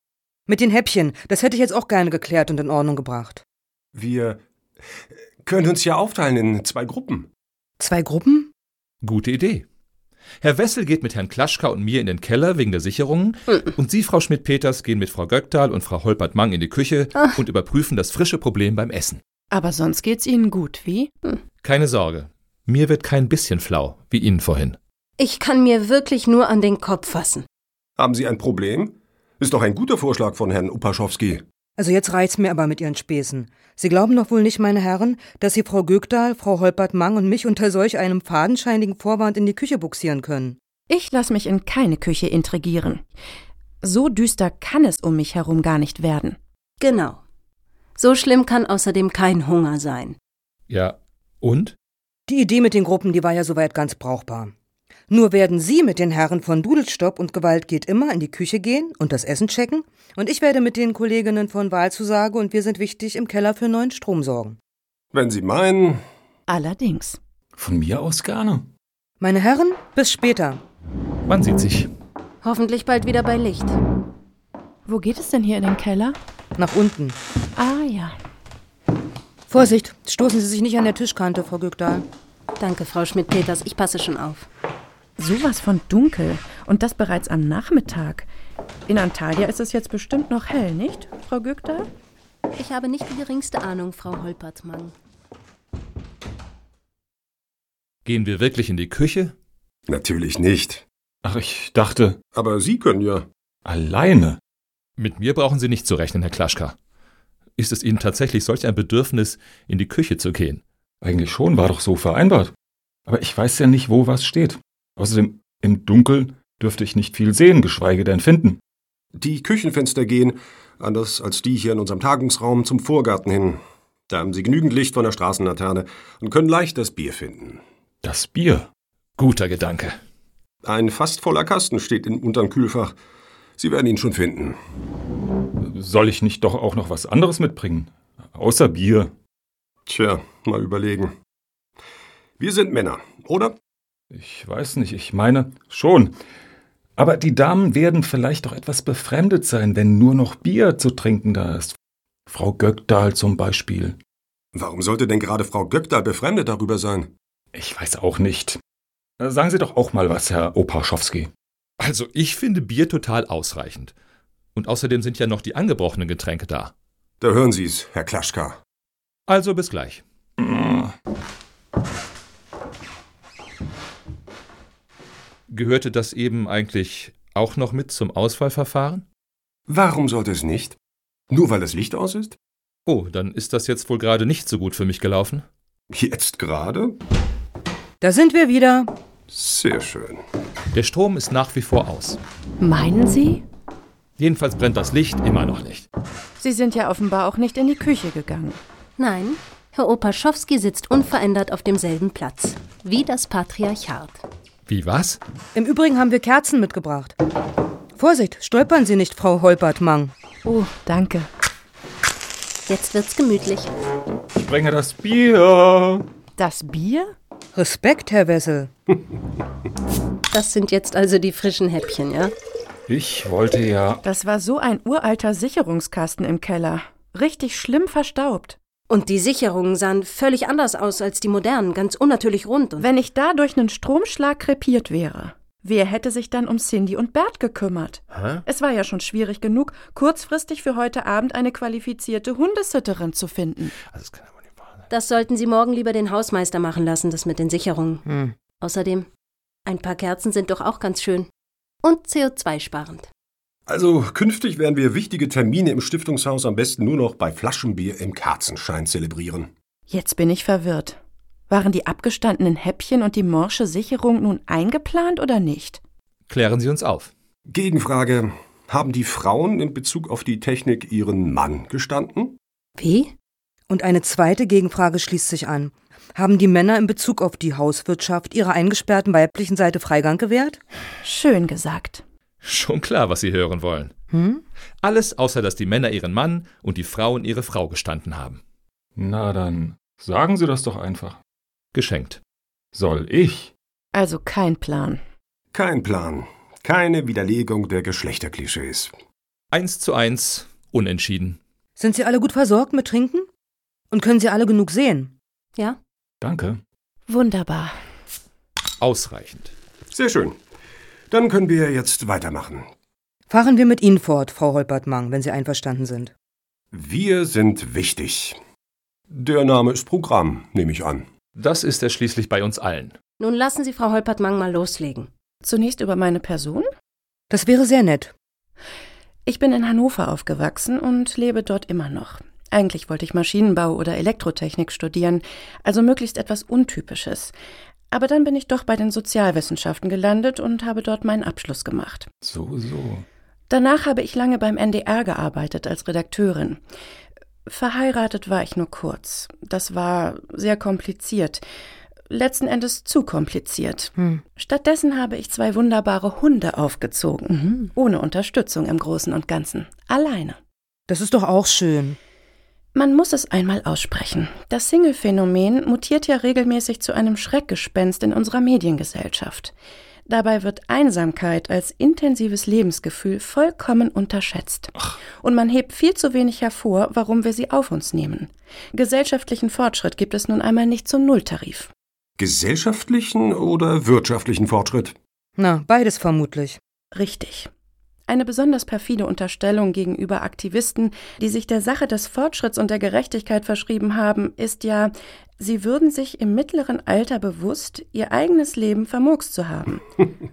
Mit den Häppchen, das hätte ich jetzt auch gerne geklärt und in Ordnung gebracht.
Wir äh, können uns ja aufteilen in zwei Gruppen.
Zwei Gruppen?
Gute Idee. Herr Wessel geht mit Herrn Klaschka und mir in den Keller wegen der Sicherungen und Sie, Frau Schmidt-Peters, gehen mit Frau Göcktal und Frau Holpert-Mang in die Küche und überprüfen das frische Problem beim Essen.
Aber sonst geht's Ihnen gut, wie?
Keine Sorge, mir wird kein bisschen flau, wie Ihnen vorhin.
Ich kann mir wirklich nur an den Kopf fassen.
Haben Sie ein Problem? Ist doch ein guter Vorschlag von Herrn Upaschowski.
Also jetzt reicht's mir aber mit Ihren Späßen. Sie glauben doch wohl nicht, meine Herren, dass Sie Frau Gögdahl, Frau Holpert-Mang und mich unter solch einem fadenscheinigen Vorwand in die Küche buxieren können.
Ich lasse mich in keine Küche intrigieren. So düster kann es um mich herum gar nicht werden.
Genau. So schlimm kann außerdem kein Hunger sein.
Ja, und?
Die Idee mit den Gruppen, die war ja soweit ganz brauchbar. Nur werden Sie mit den Herren von Dudelstopp und Gewalt geht immer in die Küche gehen und das Essen checken, und ich werde mit den Kolleginnen von Wahlzusage und wir sind wichtig im Keller für neuen Strom sorgen.
Wenn Sie meinen.
Allerdings.
Von mir aus gerne.
Meine Herren, bis später.
Man sieht sich.
Hoffentlich bald wieder bei Licht.
Wo geht es denn hier in den Keller?
Nach unten.
Ah ja.
Vorsicht, stoßen Sie sich nicht an der Tischkante, Frau Gückdahl.
Danke, Frau Schmidt-Peters, ich passe schon auf.
Sowas von dunkel. Und das bereits am Nachmittag. In Antalya ist es jetzt bestimmt noch hell, nicht, Frau Gückdahl?
Ich habe nicht die geringste Ahnung, Frau Holpertmann.
Gehen wir wirklich in die Küche?
Natürlich nicht.
Ach, ich dachte,
Aber Sie können ja.
alleine.
Mit mir brauchen Sie nicht zu rechnen, Herr Klaschka. Ist es Ihnen tatsächlich solch ein Bedürfnis, in die Küche zu gehen?
Eigentlich schon, war doch so vereinbart. Aber ich weiß ja nicht, wo was steht. Außerdem, im Dunkeln dürfte ich nicht viel sehen, geschweige denn finden.
Die Küchenfenster gehen, anders als die hier in unserem Tagungsraum, zum Vorgarten hin. Da haben Sie genügend Licht von der Straßenlaterne und können leicht das Bier finden.
Das Bier.
Guter Gedanke.
Ein fast voller Kasten steht im unteren Kühlfach. Sie werden ihn schon finden.
Soll ich nicht doch auch noch was anderes mitbringen? Außer Bier.
Tja, mal überlegen. Wir sind Männer, oder?
Ich weiß nicht, ich meine schon. Aber die Damen werden vielleicht doch etwas befremdet sein, wenn nur noch Bier zu trinken da ist. Frau Göckdahl zum Beispiel.
Warum sollte denn gerade Frau Göckdahl befremdet darüber sein?
Ich weiß auch nicht. Äh, Sagen Sie doch auch mal was, Herr Opaschowski.
Also ich finde Bier total ausreichend. Und außerdem sind ja noch die angebrochenen Getränke da.
Da hören Sie's, Herr Klaschka.
Also bis gleich. Gehörte das eben eigentlich auch noch mit zum Auswahlverfahren?
Warum sollte es nicht? Nur weil das Licht aus ist?
Oh, dann ist das jetzt wohl gerade nicht so gut für mich gelaufen.
Jetzt gerade?
Da sind wir wieder.
Sehr schön.
Der Strom ist nach wie vor aus.
Meinen Sie?
Jedenfalls brennt das Licht immer noch nicht.
Sie sind ja offenbar auch nicht in die Küche gegangen.
Nein, Herr Opaschowski sitzt unverändert auf demselben Platz, wie das Patriarchat.
Wie was?
Im Übrigen haben wir Kerzen mitgebracht. Vorsicht, stolpern Sie nicht, Frau Holpert-Mang.
Oh, danke.
Jetzt wird's gemütlich.
Ich bringe das Bier.
Das Bier?
Respekt, Herr Wessel.
Das sind jetzt also die frischen Häppchen, ja?
Ich wollte ja.
Das war so ein uralter Sicherungskasten im Keller. Richtig schlimm verstaubt.
Und die Sicherungen sahen völlig anders aus als die modernen, ganz unnatürlich rund und.
Wenn ich da durch einen Stromschlag krepiert wäre, wer hätte sich dann um Cindy und Bert gekümmert? Es war ja schon schwierig genug, kurzfristig für heute Abend eine qualifizierte Hundesitterin zu finden.
Das sollten Sie morgen lieber den Hausmeister machen lassen, das mit den Sicherungen. Außerdem, ein paar Kerzen sind doch auch ganz schön. Und CO2-sparend.
Also künftig werden wir wichtige Termine im Stiftungshaus am besten nur noch bei Flaschenbier im Kerzenschein zelebrieren.
Jetzt bin ich verwirrt. Waren die abgestandenen Häppchen und die morsche Sicherung nun eingeplant oder nicht?
Klären Sie uns auf.
Gegenfrage. Haben die Frauen in Bezug auf die Technik ihren Mann gestanden?
Wie?
Und eine zweite Gegenfrage schließt sich an. Haben die Männer in Bezug auf die Hauswirtschaft ihrer eingesperrten weiblichen Seite Freigang gewährt?
Schön gesagt.
Schon klar, was Sie hören wollen.
Hm?
Alles außer, dass die Männer ihren Mann und die Frauen ihre Frau gestanden haben.
Na dann, sagen Sie das doch einfach.
Geschenkt.
Soll ich?
Also kein Plan.
Kein Plan. Keine Widerlegung der Geschlechterklischees.
Eins zu eins, unentschieden.
Sind sie alle gut versorgt mit Trinken? Und können sie alle genug sehen?
Ja?
Danke.
Wunderbar.
Ausreichend.
Sehr schön. Dann können wir jetzt weitermachen.
Fahren wir mit Ihnen fort, Frau Holpert-Mang, wenn Sie einverstanden sind.
Wir sind wichtig. Der Name ist Programm, nehme ich an.
Das ist er schließlich bei uns allen.
Nun lassen Sie Frau Holpert-Mang mal loslegen.
Zunächst über meine Person.
Das wäre sehr nett.
Ich bin in Hannover aufgewachsen und lebe dort immer noch. Eigentlich wollte ich Maschinenbau oder Elektrotechnik studieren, also möglichst etwas Untypisches. Aber dann bin ich doch bei den Sozialwissenschaften gelandet und habe dort meinen Abschluss gemacht.
So, so.
Danach habe ich lange beim NDR gearbeitet als Redakteurin. Verheiratet war ich nur kurz. Das war sehr kompliziert. Letzten Endes zu kompliziert. Stattdessen habe ich zwei wunderbare Hunde aufgezogen. Ohne Unterstützung im Großen und Ganzen. Alleine.
Das ist doch auch schön.
Man muss es einmal aussprechen. Das Single-Phänomen mutiert ja regelmäßig zu einem Schreckgespenst in unserer Mediengesellschaft. Dabei wird Einsamkeit als intensives Lebensgefühl vollkommen unterschätzt. Und man hebt viel zu wenig hervor, warum wir sie auf uns nehmen. Gesellschaftlichen Fortschritt gibt es nun einmal nicht zum Nulltarif.
Gesellschaftlichen oder wirtschaftlichen Fortschritt?
Na, beides vermutlich.
Richtig. Eine besonders perfide Unterstellung gegenüber Aktivisten, die sich der Sache des Fortschritts und der Gerechtigkeit verschrieben haben, ist ja, sie würden sich im mittleren Alter bewusst, ihr eigenes Leben vermurkst zu haben.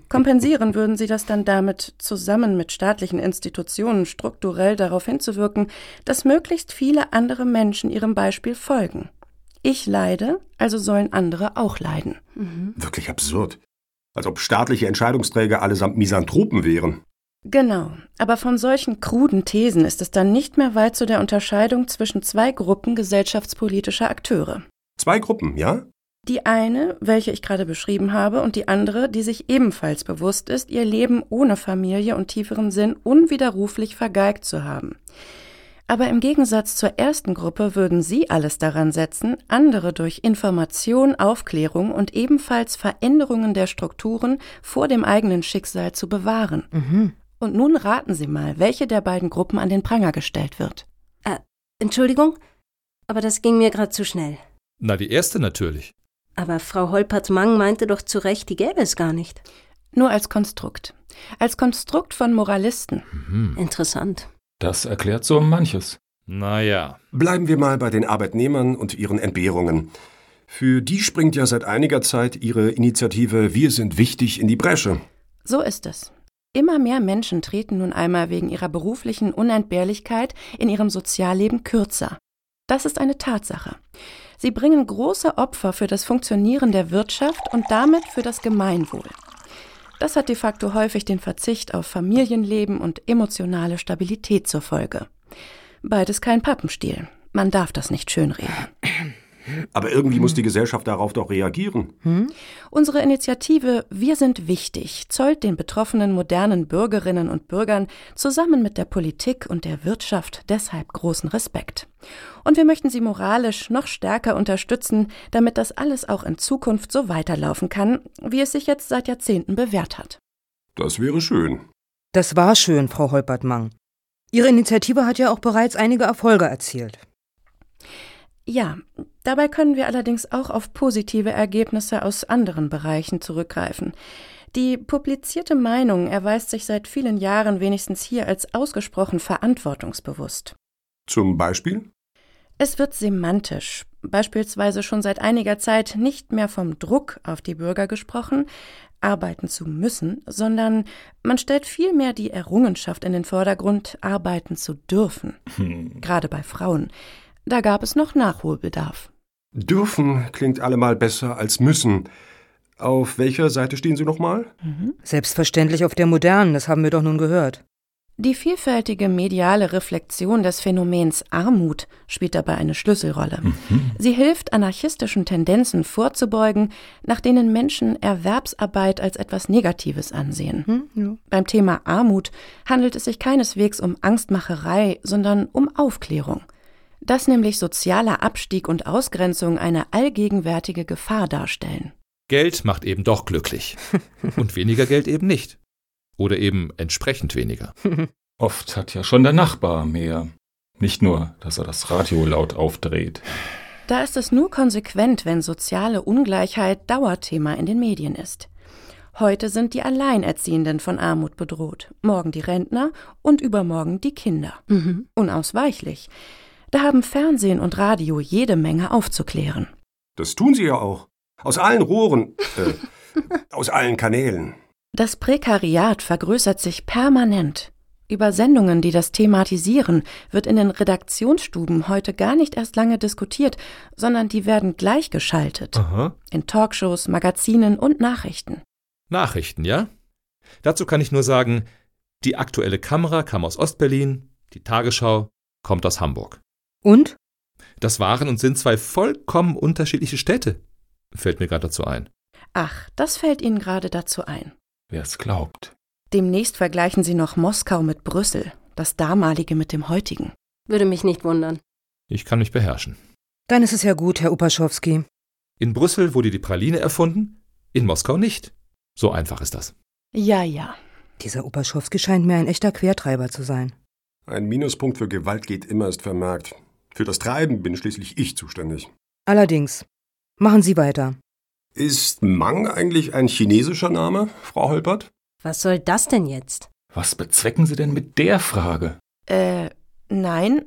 Kompensieren würden sie das dann damit, zusammen mit staatlichen Institutionen strukturell darauf hinzuwirken, dass möglichst viele andere Menschen ihrem Beispiel folgen. Ich leide, also sollen andere auch leiden.
Wirklich absurd. Als ob staatliche Entscheidungsträger allesamt Misanthropen wären.
Genau, aber von solchen kruden Thesen ist es dann nicht mehr weit zu der Unterscheidung zwischen zwei Gruppen gesellschaftspolitischer Akteure.
Zwei Gruppen, ja?
Die eine, welche ich gerade beschrieben habe, und die andere, die sich ebenfalls bewusst ist, ihr Leben ohne Familie und tieferem Sinn unwiderruflich vergeigt zu haben. Aber im Gegensatz zur ersten Gruppe würden sie alles daran setzen, andere durch Information, Aufklärung und ebenfalls Veränderungen der Strukturen vor dem eigenen Schicksal zu bewahren.
Mhm.
Und nun raten Sie mal, welche der beiden Gruppen an den Pranger gestellt wird.
Äh, Entschuldigung, aber das ging mir gerade zu schnell.
Na, die erste natürlich.
Aber Frau Holpert-Mang meinte doch zu Recht, die gäbe es gar nicht.
Nur als Konstrukt. Als Konstrukt von Moralisten.
Interessant.
Das erklärt so manches.
Naja.
Bleiben wir mal bei den Arbeitnehmern und ihren Entbehrungen. Für die springt ja seit einiger Zeit ihre Initiative Wir sind wichtig in die Bresche.
So ist es. Immer mehr Menschen treten nun einmal wegen ihrer beruflichen Unentbehrlichkeit in ihrem Sozialleben kürzer. Das ist eine Tatsache. Sie bringen große Opfer für das Funktionieren der Wirtschaft und damit für das Gemeinwohl. Das hat de facto häufig den Verzicht auf Familienleben und emotionale Stabilität zur Folge. Beides kein Pappenstiel. Man darf das nicht schönreden.
Aber irgendwie muss die Gesellschaft darauf doch reagieren.
Unsere Initiative Wir sind wichtig zollt den betroffenen modernen Bürgerinnen und Bürgern zusammen mit der Politik und der Wirtschaft deshalb großen Respekt. Und wir möchten sie moralisch noch stärker unterstützen, damit das alles auch in Zukunft so weiterlaufen kann, wie es sich jetzt seit Jahrzehnten bewährt hat.
Das wäre schön.
Das war schön, Frau Holpert-Mang. Ihre Initiative hat ja auch bereits einige Erfolge erzielt.
Ja, dabei können wir allerdings auch auf positive Ergebnisse aus anderen Bereichen zurückgreifen. Die publizierte Meinung erweist sich seit vielen Jahren wenigstens hier als ausgesprochen verantwortungsbewusst.
Zum Beispiel?
Es wird semantisch, beispielsweise schon seit einiger Zeit nicht mehr vom Druck auf die Bürger gesprochen, arbeiten zu müssen, sondern man stellt vielmehr die Errungenschaft in den Vordergrund, arbeiten zu dürfen. Gerade bei Frauen. Da gab es noch Nachholbedarf.
Dürfen klingt allemal besser als müssen. Auf welcher Seite stehen Sie nochmal?
Selbstverständlich auf der modernen, das haben wir doch nun gehört.
Die vielfältige mediale Reflexion des Phänomens Armut spielt dabei eine Schlüsselrolle. Sie hilft, anarchistischen Tendenzen vorzubeugen, nach denen Menschen Erwerbsarbeit als etwas Negatives ansehen.
Hm?
Beim Thema Armut handelt es sich keineswegs um Angstmacherei, sondern um Aufklärung. Dass nämlich sozialer Abstieg und Ausgrenzung eine allgegenwärtige Gefahr darstellen.
Geld macht eben doch glücklich. Und weniger Geld eben nicht. Oder eben entsprechend weniger.
Oft hat ja schon der Nachbar mehr. Nicht nur, dass er das Radio laut aufdreht.
Da ist es nur konsequent, wenn soziale Ungleichheit Dauerthema in den Medien ist. Heute sind die Alleinerziehenden von Armut bedroht, morgen die Rentner und übermorgen die Kinder. Unausweichlich. Da haben Fernsehen und Radio jede Menge aufzuklären.
Das tun Sie ja auch. Aus allen Rohren, äh, aus allen Kanälen.
Das Prekariat vergrößert sich permanent. Über Sendungen, die das thematisieren, wird in den Redaktionsstuben heute gar nicht erst lange diskutiert, sondern die werden gleichgeschaltet.
Aha.
In Talkshows, Magazinen und Nachrichten.
Nachrichten, ja? Dazu kann ich nur sagen, die aktuelle Kamera kam aus Ostberlin, die Tagesschau kommt aus Hamburg.
Und?
Das waren und sind zwei vollkommen unterschiedliche Städte. Fällt mir gerade dazu ein.
Ach, das fällt Ihnen gerade dazu ein.
Wer es glaubt.
Demnächst vergleichen Sie noch Moskau mit Brüssel, das damalige mit dem heutigen.
Würde mich nicht wundern.
Ich kann mich beherrschen.
Dann ist es ja gut, Herr Upaschowski.
In Brüssel wurde die Praline erfunden, in Moskau nicht. So einfach ist das.
Ja, ja.
Dieser Opaschowski scheint mir ein echter Quertreiber zu sein.
Ein Minuspunkt für Gewalt geht immer, ist vermerkt. Für das Treiben bin schließlich ich zuständig.
Allerdings. Machen Sie weiter.
Ist Mang eigentlich ein chinesischer Name, Frau Holpert?
Was soll das denn jetzt?
Was bezwecken Sie denn mit der Frage?
Äh, nein,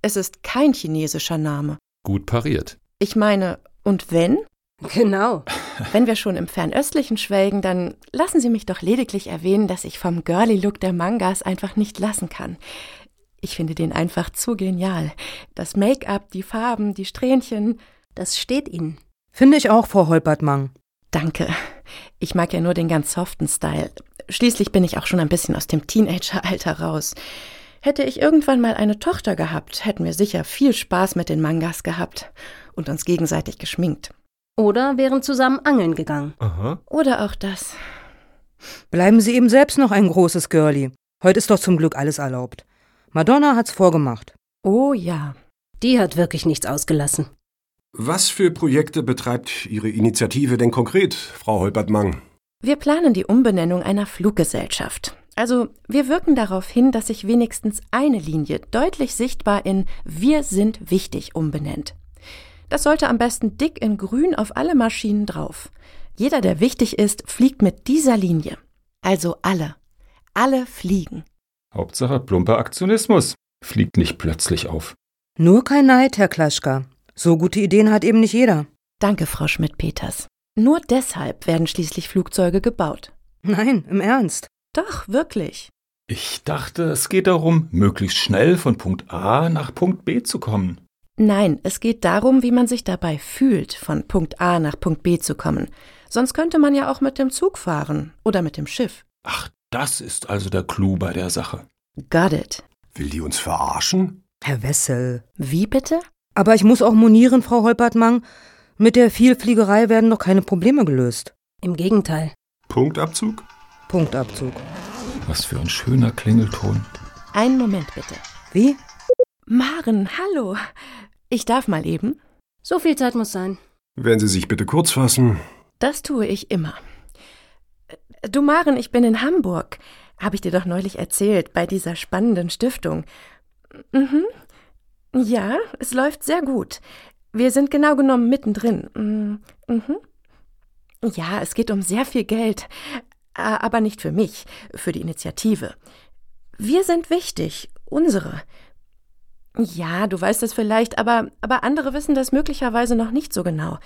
es ist kein chinesischer Name.
Gut pariert.
Ich meine, und wenn?
Genau.
Wenn wir schon im Fernöstlichen schwelgen, dann lassen Sie mich doch lediglich erwähnen, dass ich vom Girly-Look der Mangas einfach nicht lassen kann. Ich finde den einfach zu genial. Das Make-up, die Farben, die Strähnchen.
Das steht Ihnen.
Finde ich auch, Frau Holpertmang.
Danke. Ich mag ja nur den ganz soften Style. Schließlich bin ich auch schon ein bisschen aus dem Teenager-Alter raus. Hätte ich irgendwann mal eine Tochter gehabt, hätten wir sicher viel Spaß mit den Mangas gehabt und uns gegenseitig geschminkt.
Oder wären zusammen angeln gegangen.
Aha.
Oder auch das.
Bleiben Sie eben selbst noch ein großes Girlie. Heute ist doch zum Glück alles erlaubt. Madonna hat's vorgemacht.
Oh ja.
Die hat wirklich nichts ausgelassen.
Was für Projekte betreibt Ihre Initiative denn konkret, Frau Holpert-Mang?
Wir planen die Umbenennung einer Fluggesellschaft. Also wir wirken darauf hin, dass sich wenigstens eine Linie deutlich sichtbar in Wir sind wichtig umbenennt. Das sollte am besten dick in grün auf alle Maschinen drauf. Jeder, der wichtig ist, fliegt mit dieser Linie. Also alle. Alle fliegen.
Hauptsache plumper Aktionismus. Fliegt nicht plötzlich auf.
Nur kein Neid, Herr Klaschka. So gute Ideen hat eben nicht jeder.
Danke, Frau Schmidt-Peters. Nur deshalb werden schließlich Flugzeuge gebaut.
Nein, im Ernst.
Doch, wirklich.
Ich dachte, es geht darum, möglichst schnell von Punkt A nach Punkt B zu kommen.
Nein, es geht darum, wie man sich dabei fühlt, von Punkt A nach Punkt B zu kommen. Sonst könnte man ja auch mit dem Zug fahren oder mit dem Schiff.
Ach, das ist also der Clou bei der Sache.
Got it.
Will die uns verarschen?
Herr Wessel.
Wie bitte?
Aber ich muss auch monieren, Frau Holpertmang. Mit der Vielfliegerei werden doch keine Probleme gelöst.
Im Gegenteil.
Punktabzug?
Punktabzug.
Was für ein schöner Klingelton.
Einen Moment bitte.
Wie?
Maren, hallo. Ich darf mal eben.
So viel Zeit muss sein.
Werden Sie sich bitte kurz fassen.
Das tue ich immer. Du Maren, ich bin in Hamburg. Habe ich dir doch neulich erzählt, bei dieser spannenden Stiftung. Mhm. Ja, es läuft sehr gut. Wir sind genau genommen mittendrin. Mm, Mhm. Ja, es geht um sehr viel Geld. A- Aber nicht für mich, für die Initiative. Wir sind wichtig, unsere. Ja, du weißt es vielleicht, aber, aber andere wissen das möglicherweise noch nicht so genau.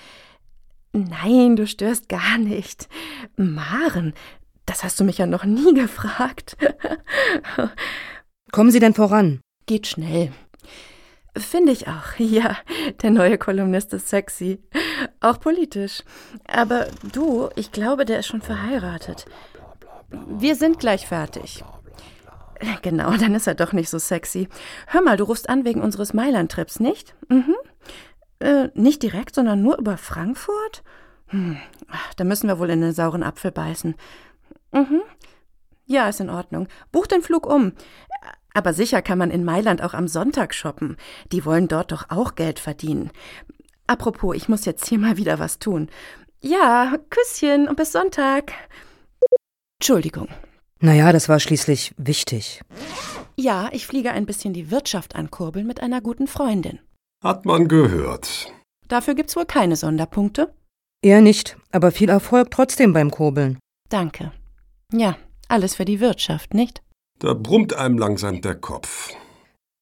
Nein, du störst gar nicht. Maren, das hast du mich ja noch nie gefragt.
Kommen Sie denn voran?
Geht schnell. Finde ich auch, [LAUGHS] ja. Der neue Kolumnist ist sexy. Auch politisch. Aber du, ich glaube, der ist schon verheiratet. Wir sind gleich fertig. Genau, dann ist er doch nicht so sexy. Hör mal, du rufst an wegen unseres Mailand-Trips, nicht? Mhm. Äh, nicht direkt, sondern nur über Frankfurt? Hm, ach, da müssen wir wohl in den sauren Apfel beißen. Mhm. Ja, ist in Ordnung. Buch den Flug um. Aber sicher kann man in Mailand auch am Sonntag shoppen. Die wollen dort doch auch Geld verdienen. Apropos, ich muss jetzt hier mal wieder was tun. Ja, Küsschen und bis Sonntag. Entschuldigung.
Naja, das war schließlich wichtig.
Ja, ich fliege ein bisschen die Wirtschaft ankurbeln mit einer guten Freundin.
Hat man gehört.
Dafür gibt's wohl keine Sonderpunkte.
Eher nicht, aber viel Erfolg trotzdem beim Kurbeln.
Danke. Ja, alles für die Wirtschaft, nicht?
Da brummt einem langsam der Kopf.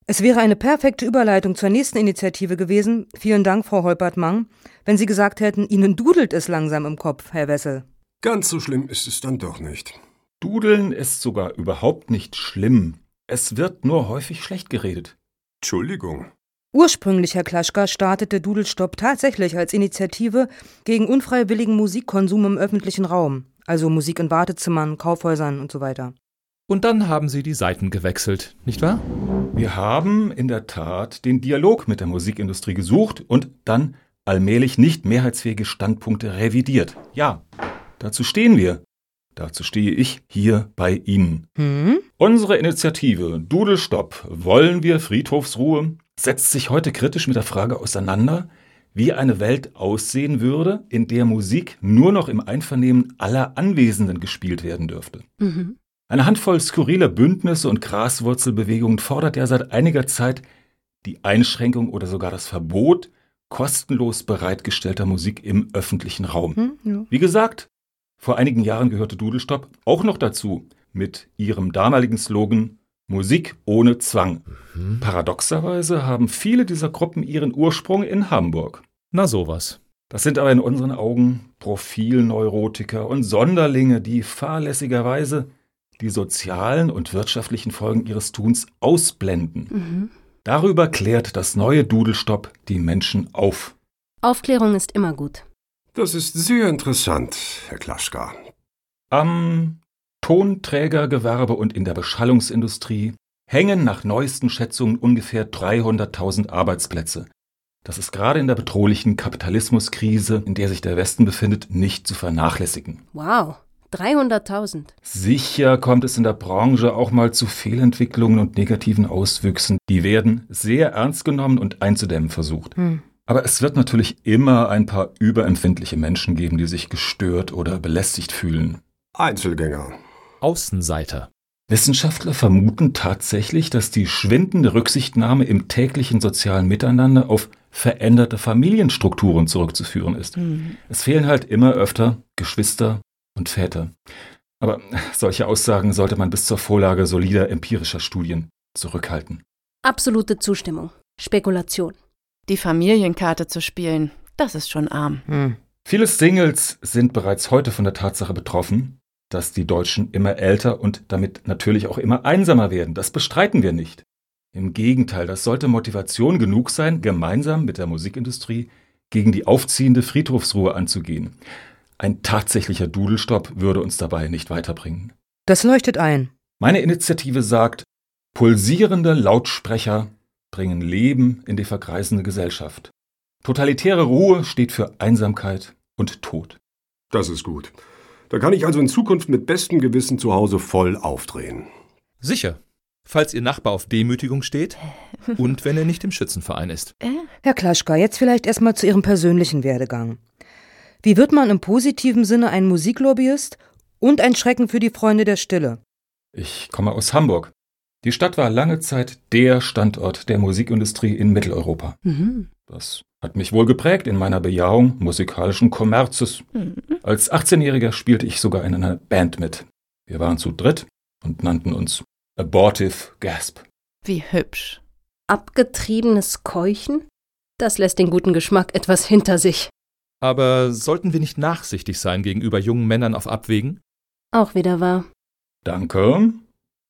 Es wäre eine perfekte Überleitung zur nächsten Initiative gewesen. Vielen Dank, Frau Holpert-Mang, wenn Sie gesagt hätten, Ihnen dudelt es langsam im Kopf, Herr Wessel.
Ganz so schlimm ist es dann doch nicht.
Dudeln ist sogar überhaupt nicht schlimm. Es wird nur häufig schlecht geredet.
Entschuldigung.
Ursprünglich, Herr Klaschka, startete Dudelstopp tatsächlich als Initiative gegen unfreiwilligen Musikkonsum im öffentlichen Raum, also Musik in Wartezimmern, Kaufhäusern und so weiter.
Und dann haben sie die Seiten gewechselt, nicht wahr?
Wir haben in der Tat den Dialog mit der Musikindustrie gesucht und dann allmählich nicht mehrheitsfähige Standpunkte revidiert. Ja, dazu stehen wir. Dazu stehe ich hier bei Ihnen.
Hm?
Unsere Initiative Dudelstopp, wollen wir Friedhofsruhe, setzt sich heute kritisch mit der Frage auseinander, wie eine Welt aussehen würde, in der Musik nur noch im Einvernehmen aller Anwesenden gespielt werden dürfte.
Mhm.
Eine Handvoll skurriler Bündnisse und Graswurzelbewegungen fordert ja seit einiger Zeit die Einschränkung oder sogar das Verbot kostenlos bereitgestellter Musik im öffentlichen Raum.
Hm? Ja.
Wie gesagt, vor einigen Jahren gehörte Dudelstopp auch noch dazu mit ihrem damaligen Slogan Musik ohne Zwang. Paradoxerweise haben viele dieser Gruppen ihren Ursprung in Hamburg.
Na sowas.
Das sind aber in unseren Augen Profilneurotiker und Sonderlinge, die fahrlässigerweise die sozialen und wirtschaftlichen Folgen ihres Tuns ausblenden.
Mhm.
Darüber klärt das neue Dudelstopp die Menschen auf.
Aufklärung ist immer gut.
Das ist sehr interessant, Herr Klaschka.
Am Tonträgergewerbe und in der Beschallungsindustrie hängen nach neuesten Schätzungen ungefähr 300.000 Arbeitsplätze. Das ist gerade in der bedrohlichen Kapitalismuskrise, in der sich der Westen befindet, nicht zu vernachlässigen.
Wow, 300.000.
Sicher kommt es in der Branche auch mal zu Fehlentwicklungen und negativen Auswüchsen. Die werden sehr ernst genommen und einzudämmen versucht.
Hm.
Aber es wird natürlich immer ein paar überempfindliche Menschen geben, die sich gestört oder belästigt fühlen.
Einzelgänger.
Außenseiter.
Wissenschaftler vermuten tatsächlich, dass die schwindende Rücksichtnahme im täglichen sozialen Miteinander auf veränderte Familienstrukturen zurückzuführen ist.
Mhm.
Es fehlen halt immer öfter Geschwister und Väter. Aber solche Aussagen sollte man bis zur Vorlage solider empirischer Studien zurückhalten.
Absolute Zustimmung. Spekulation.
Die Familienkarte zu spielen, das ist schon arm.
Hm.
Viele Singles sind bereits heute von der Tatsache betroffen, dass die Deutschen immer älter und damit natürlich auch immer einsamer werden. Das bestreiten wir nicht. Im Gegenteil, das sollte Motivation genug sein, gemeinsam mit der Musikindustrie gegen die aufziehende Friedhofsruhe anzugehen. Ein tatsächlicher Dudelstopp würde uns dabei nicht weiterbringen.
Das leuchtet ein.
Meine Initiative sagt, pulsierende Lautsprecher bringen Leben in die verkreisende Gesellschaft. Totalitäre Ruhe steht für Einsamkeit und Tod.
Das ist gut. Da kann ich also in Zukunft mit bestem Gewissen zu Hause voll aufdrehen.
Sicher. Falls Ihr Nachbar auf Demütigung steht und wenn er nicht im Schützenverein ist.
Herr Klaschka, jetzt vielleicht erstmal zu Ihrem persönlichen Werdegang. Wie wird man im positiven Sinne ein Musiklobbyist und ein Schrecken für die Freunde der Stille?
Ich komme aus Hamburg. Die Stadt war lange Zeit der Standort der Musikindustrie in Mitteleuropa.
Mhm.
Das hat mich wohl geprägt in meiner Bejahung musikalischen Kommerzes. Als 18-Jähriger spielte ich sogar in einer Band mit. Wir waren zu dritt und nannten uns Abortive Gasp.
Wie hübsch.
Abgetriebenes Keuchen? Das lässt den guten Geschmack etwas hinter sich.
Aber sollten wir nicht nachsichtig sein gegenüber jungen Männern auf Abwägen?
Auch wieder wahr.
Danke.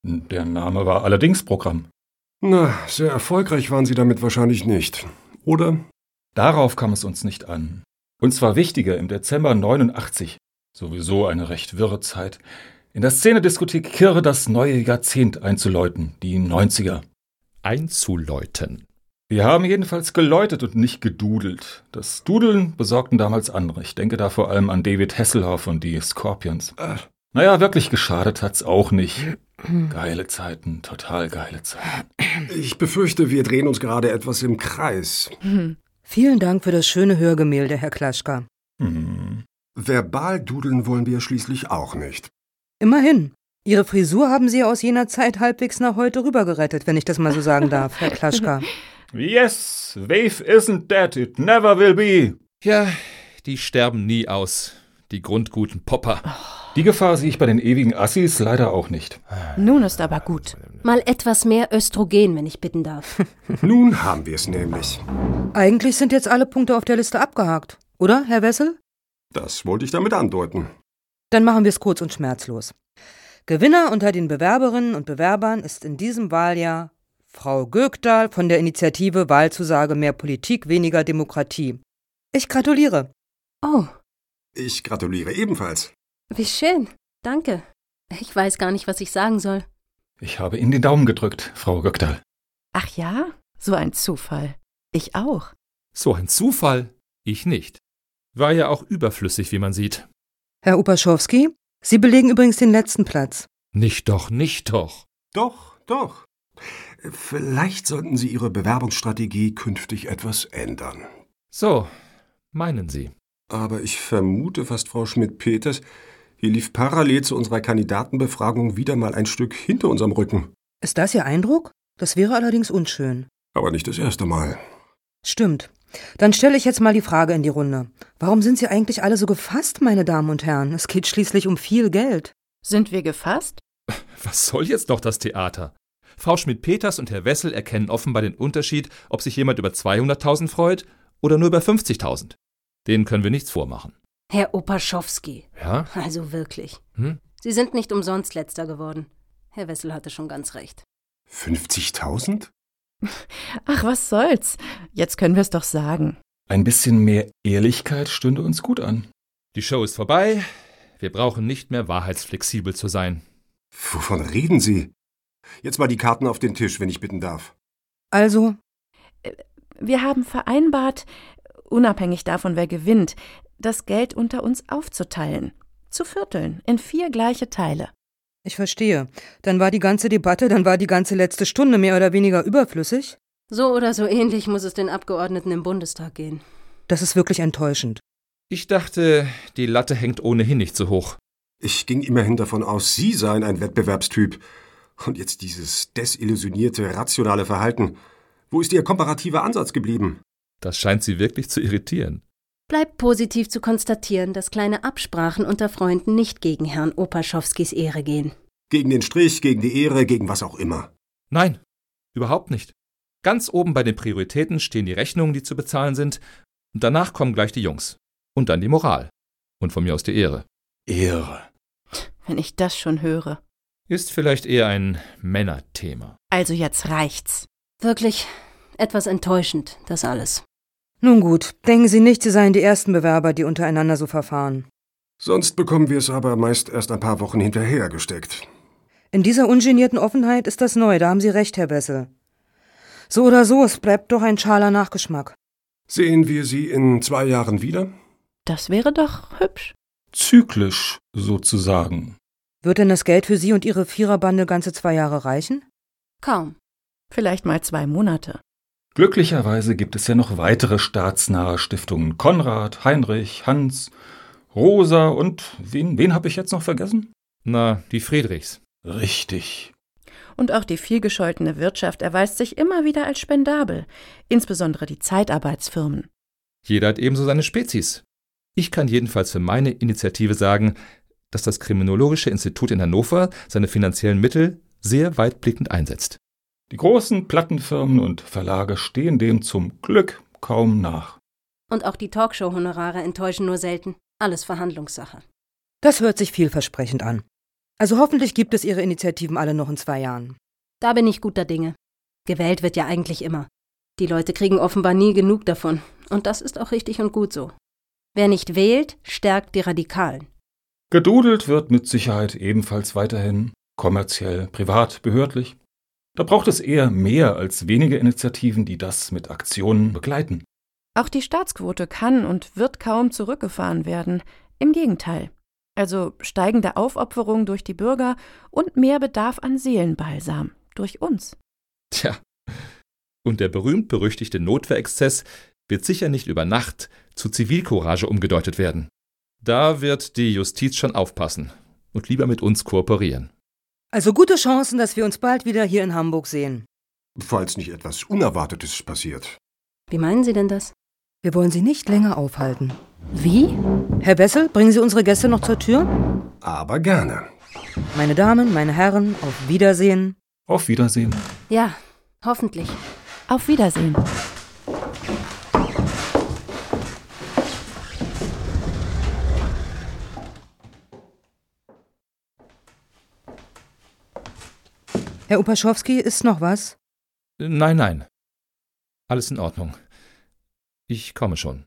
Der Name war allerdings Programm.
Na, sehr erfolgreich waren Sie damit wahrscheinlich nicht. Oder?
Darauf kam es uns nicht an. Uns war wichtiger im Dezember 89, sowieso eine recht wirre Zeit, in der Szene-Diskothek Kirre das neue Jahrzehnt einzuläuten, die 90er.
Einzuläuten.
Wir haben jedenfalls geläutet und nicht gedudelt. Das Dudeln besorgten damals andere. Ich denke da vor allem an David Hasselhoff und die Scorpions.
Äh.
Naja, wirklich geschadet hat's auch nicht. Geile Zeiten, total geile Zeiten.
Ich befürchte, wir drehen uns gerade etwas im Kreis.
Hm.
Vielen Dank für das schöne Hörgemälde, Herr Klaschka.
Hm.
Verbal dudeln wollen wir schließlich auch nicht.
Immerhin. Ihre Frisur haben Sie aus jener Zeit halbwegs nach heute rübergerettet, wenn ich das mal so sagen darf, Herr Klaschka.
Yes, Wave isn't dead, it never will be.
Ja, die sterben nie aus. Die grundguten Popper.
Die Gefahr sehe ich bei den ewigen Assis leider auch nicht.
Nun ist aber gut.
Mal etwas mehr Östrogen, wenn ich bitten darf.
Nun haben wir es nämlich.
Eigentlich sind jetzt alle Punkte auf der Liste abgehakt, oder, Herr Wessel?
Das wollte ich damit andeuten.
Dann machen wir es kurz und schmerzlos. Gewinner unter den Bewerberinnen und Bewerbern ist in diesem Wahljahr Frau Gökdal von der Initiative Wahlzusage Mehr Politik, weniger Demokratie. Ich gratuliere.
Oh,
Ich gratuliere ebenfalls.
wie schön. Danke. Ich weiß gar nicht, was ich sagen soll.
Ich habe Ihnen den Daumen gedrückt, Frau Göckdal.
Ach ja? So ein Zufall. Ich auch.
So ein Zufall. Ich nicht. War ja auch überflüssig, wie man sieht.
Herr Upaschowski, Sie belegen übrigens den letzten Platz.
Nicht doch, nicht doch.
Doch, doch. Vielleicht sollten Sie Ihre Bewerbungsstrategie künftig etwas ändern.
So, meinen Sie.
Aber ich vermute fast, Frau Schmidt-Peters, hier lief parallel zu unserer Kandidatenbefragung wieder mal ein Stück hinter unserem Rücken.
Ist das Ihr Eindruck? Das wäre allerdings unschön.
Aber nicht das erste Mal.
Stimmt. Dann stelle ich jetzt mal die Frage in die Runde. Warum sind Sie eigentlich alle so gefasst, meine Damen und Herren? Es geht schließlich um viel Geld.
Sind wir gefasst?
Was soll jetzt noch das Theater? Frau Schmidt-Peters und Herr Wessel erkennen offenbar den Unterschied, ob sich jemand über 200.000 freut oder nur über 50.000. Denen können wir nichts vormachen.
Herr Opaschowski.
Ja?
Also wirklich.
Hm?
Sie sind nicht umsonst letzter geworden. Herr Wessel hatte schon ganz recht.
50.000?
Ach, was soll's? Jetzt können wir's doch sagen.
Ein bisschen mehr Ehrlichkeit stünde uns gut an.
Die Show ist vorbei. Wir brauchen nicht mehr wahrheitsflexibel zu sein.
Wovon reden Sie? Jetzt mal die Karten auf den Tisch, wenn ich bitten darf.
Also,
Wir haben vereinbart, unabhängig davon, wer gewinnt, das Geld unter uns aufzuteilen. Zu Vierteln, in vier gleiche Teile.
ich verstehe. Dann war die ganze Debatte, dann war die ganze letzte Stunde mehr oder weniger überflüssig.
So oder so ähnlich muss es den Abgeordneten im Bundestag gehen.
Das ist wirklich enttäuschend.
Ich dachte, die Latte hängt ohnehin nicht so hoch.
Ich ging immerhin davon aus, Sie seien ein Wettbewerbstyp. Und jetzt dieses desillusionierte, rationale Verhalten. Wo ist Ihr komparativer Ansatz geblieben?
Das scheint sie wirklich zu irritieren.
Bleibt positiv zu konstatieren, dass kleine Absprachen unter Freunden nicht gegen Herrn Opaschowskis Ehre gehen.
Gegen den Strich, gegen die Ehre, gegen was auch immer.
Nein, überhaupt nicht. Ganz oben bei den Prioritäten stehen die Rechnungen, die zu bezahlen sind, und danach kommen gleich die Jungs. Und dann die Moral. Und von mir aus die Ehre.
Ehre.
Wenn ich das schon höre.
Ist vielleicht eher ein Männerthema.
Also jetzt reicht's.
Wirklich etwas enttäuschend, das alles.
Nun gut, denken Sie nicht, Sie seien die ersten Bewerber, die untereinander so verfahren.
Sonst bekommen wir es aber meist erst ein paar Wochen hinterhergesteckt.
In dieser ungenierten Offenheit ist das neu, da haben Sie recht, Herr Bessel. So oder so, es bleibt doch ein schaler Nachgeschmack.
Sehen wir Sie in zwei Jahren wieder?
Das wäre doch hübsch.
Zyklisch sozusagen.
Wird denn das Geld für Sie und Ihre Viererbande ganze zwei Jahre reichen?
Kaum.
Vielleicht mal zwei Monate.
Glücklicherweise gibt es ja noch weitere staatsnahe Stiftungen. Konrad, Heinrich, Hans, Rosa und wen, wen habe ich jetzt noch vergessen?
Na, die Friedrichs.
Richtig.
Und auch die vielgescholtene Wirtschaft erweist sich immer wieder als spendabel, insbesondere die Zeitarbeitsfirmen.
Jeder hat ebenso seine Spezies. Ich kann jedenfalls für meine Initiative sagen, dass das Kriminologische Institut in Hannover seine finanziellen Mittel sehr weitblickend einsetzt.
Die großen Plattenfirmen und Verlage stehen dem zum Glück kaum nach.
Und auch die Talkshow-Honorare enttäuschen nur selten. Alles Verhandlungssache.
Das hört sich vielversprechend an. Also hoffentlich gibt es Ihre Initiativen alle noch in zwei Jahren.
Da bin ich guter Dinge. Gewählt wird ja eigentlich immer. Die Leute kriegen offenbar nie genug davon. Und das ist auch richtig und gut so. Wer nicht wählt, stärkt die Radikalen.
Gedudelt wird mit Sicherheit ebenfalls weiterhin, kommerziell, privat, behördlich. Da braucht es eher mehr als wenige Initiativen, die das mit Aktionen begleiten.
Auch die Staatsquote kann und wird kaum zurückgefahren werden. Im Gegenteil. Also steigende Aufopferung durch die Bürger und mehr Bedarf an Seelenbalsam durch uns.
Tja. Und der berühmt-berüchtigte Notwehrexzess wird sicher nicht über Nacht zu Zivilcourage umgedeutet werden. Da wird die Justiz schon aufpassen und lieber mit uns kooperieren.
Also gute Chancen, dass wir uns bald wieder hier in Hamburg sehen.
Falls nicht etwas Unerwartetes passiert.
Wie meinen Sie denn das?
Wir wollen Sie nicht länger aufhalten.
Wie?
Herr Bessel, bringen Sie unsere Gäste noch zur Tür?
Aber gerne.
Meine Damen, meine Herren, auf Wiedersehen.
Auf Wiedersehen.
Ja, hoffentlich.
Auf Wiedersehen.
Herr Upaschowski, ist noch was?
Nein, nein. Alles in Ordnung. Ich komme schon.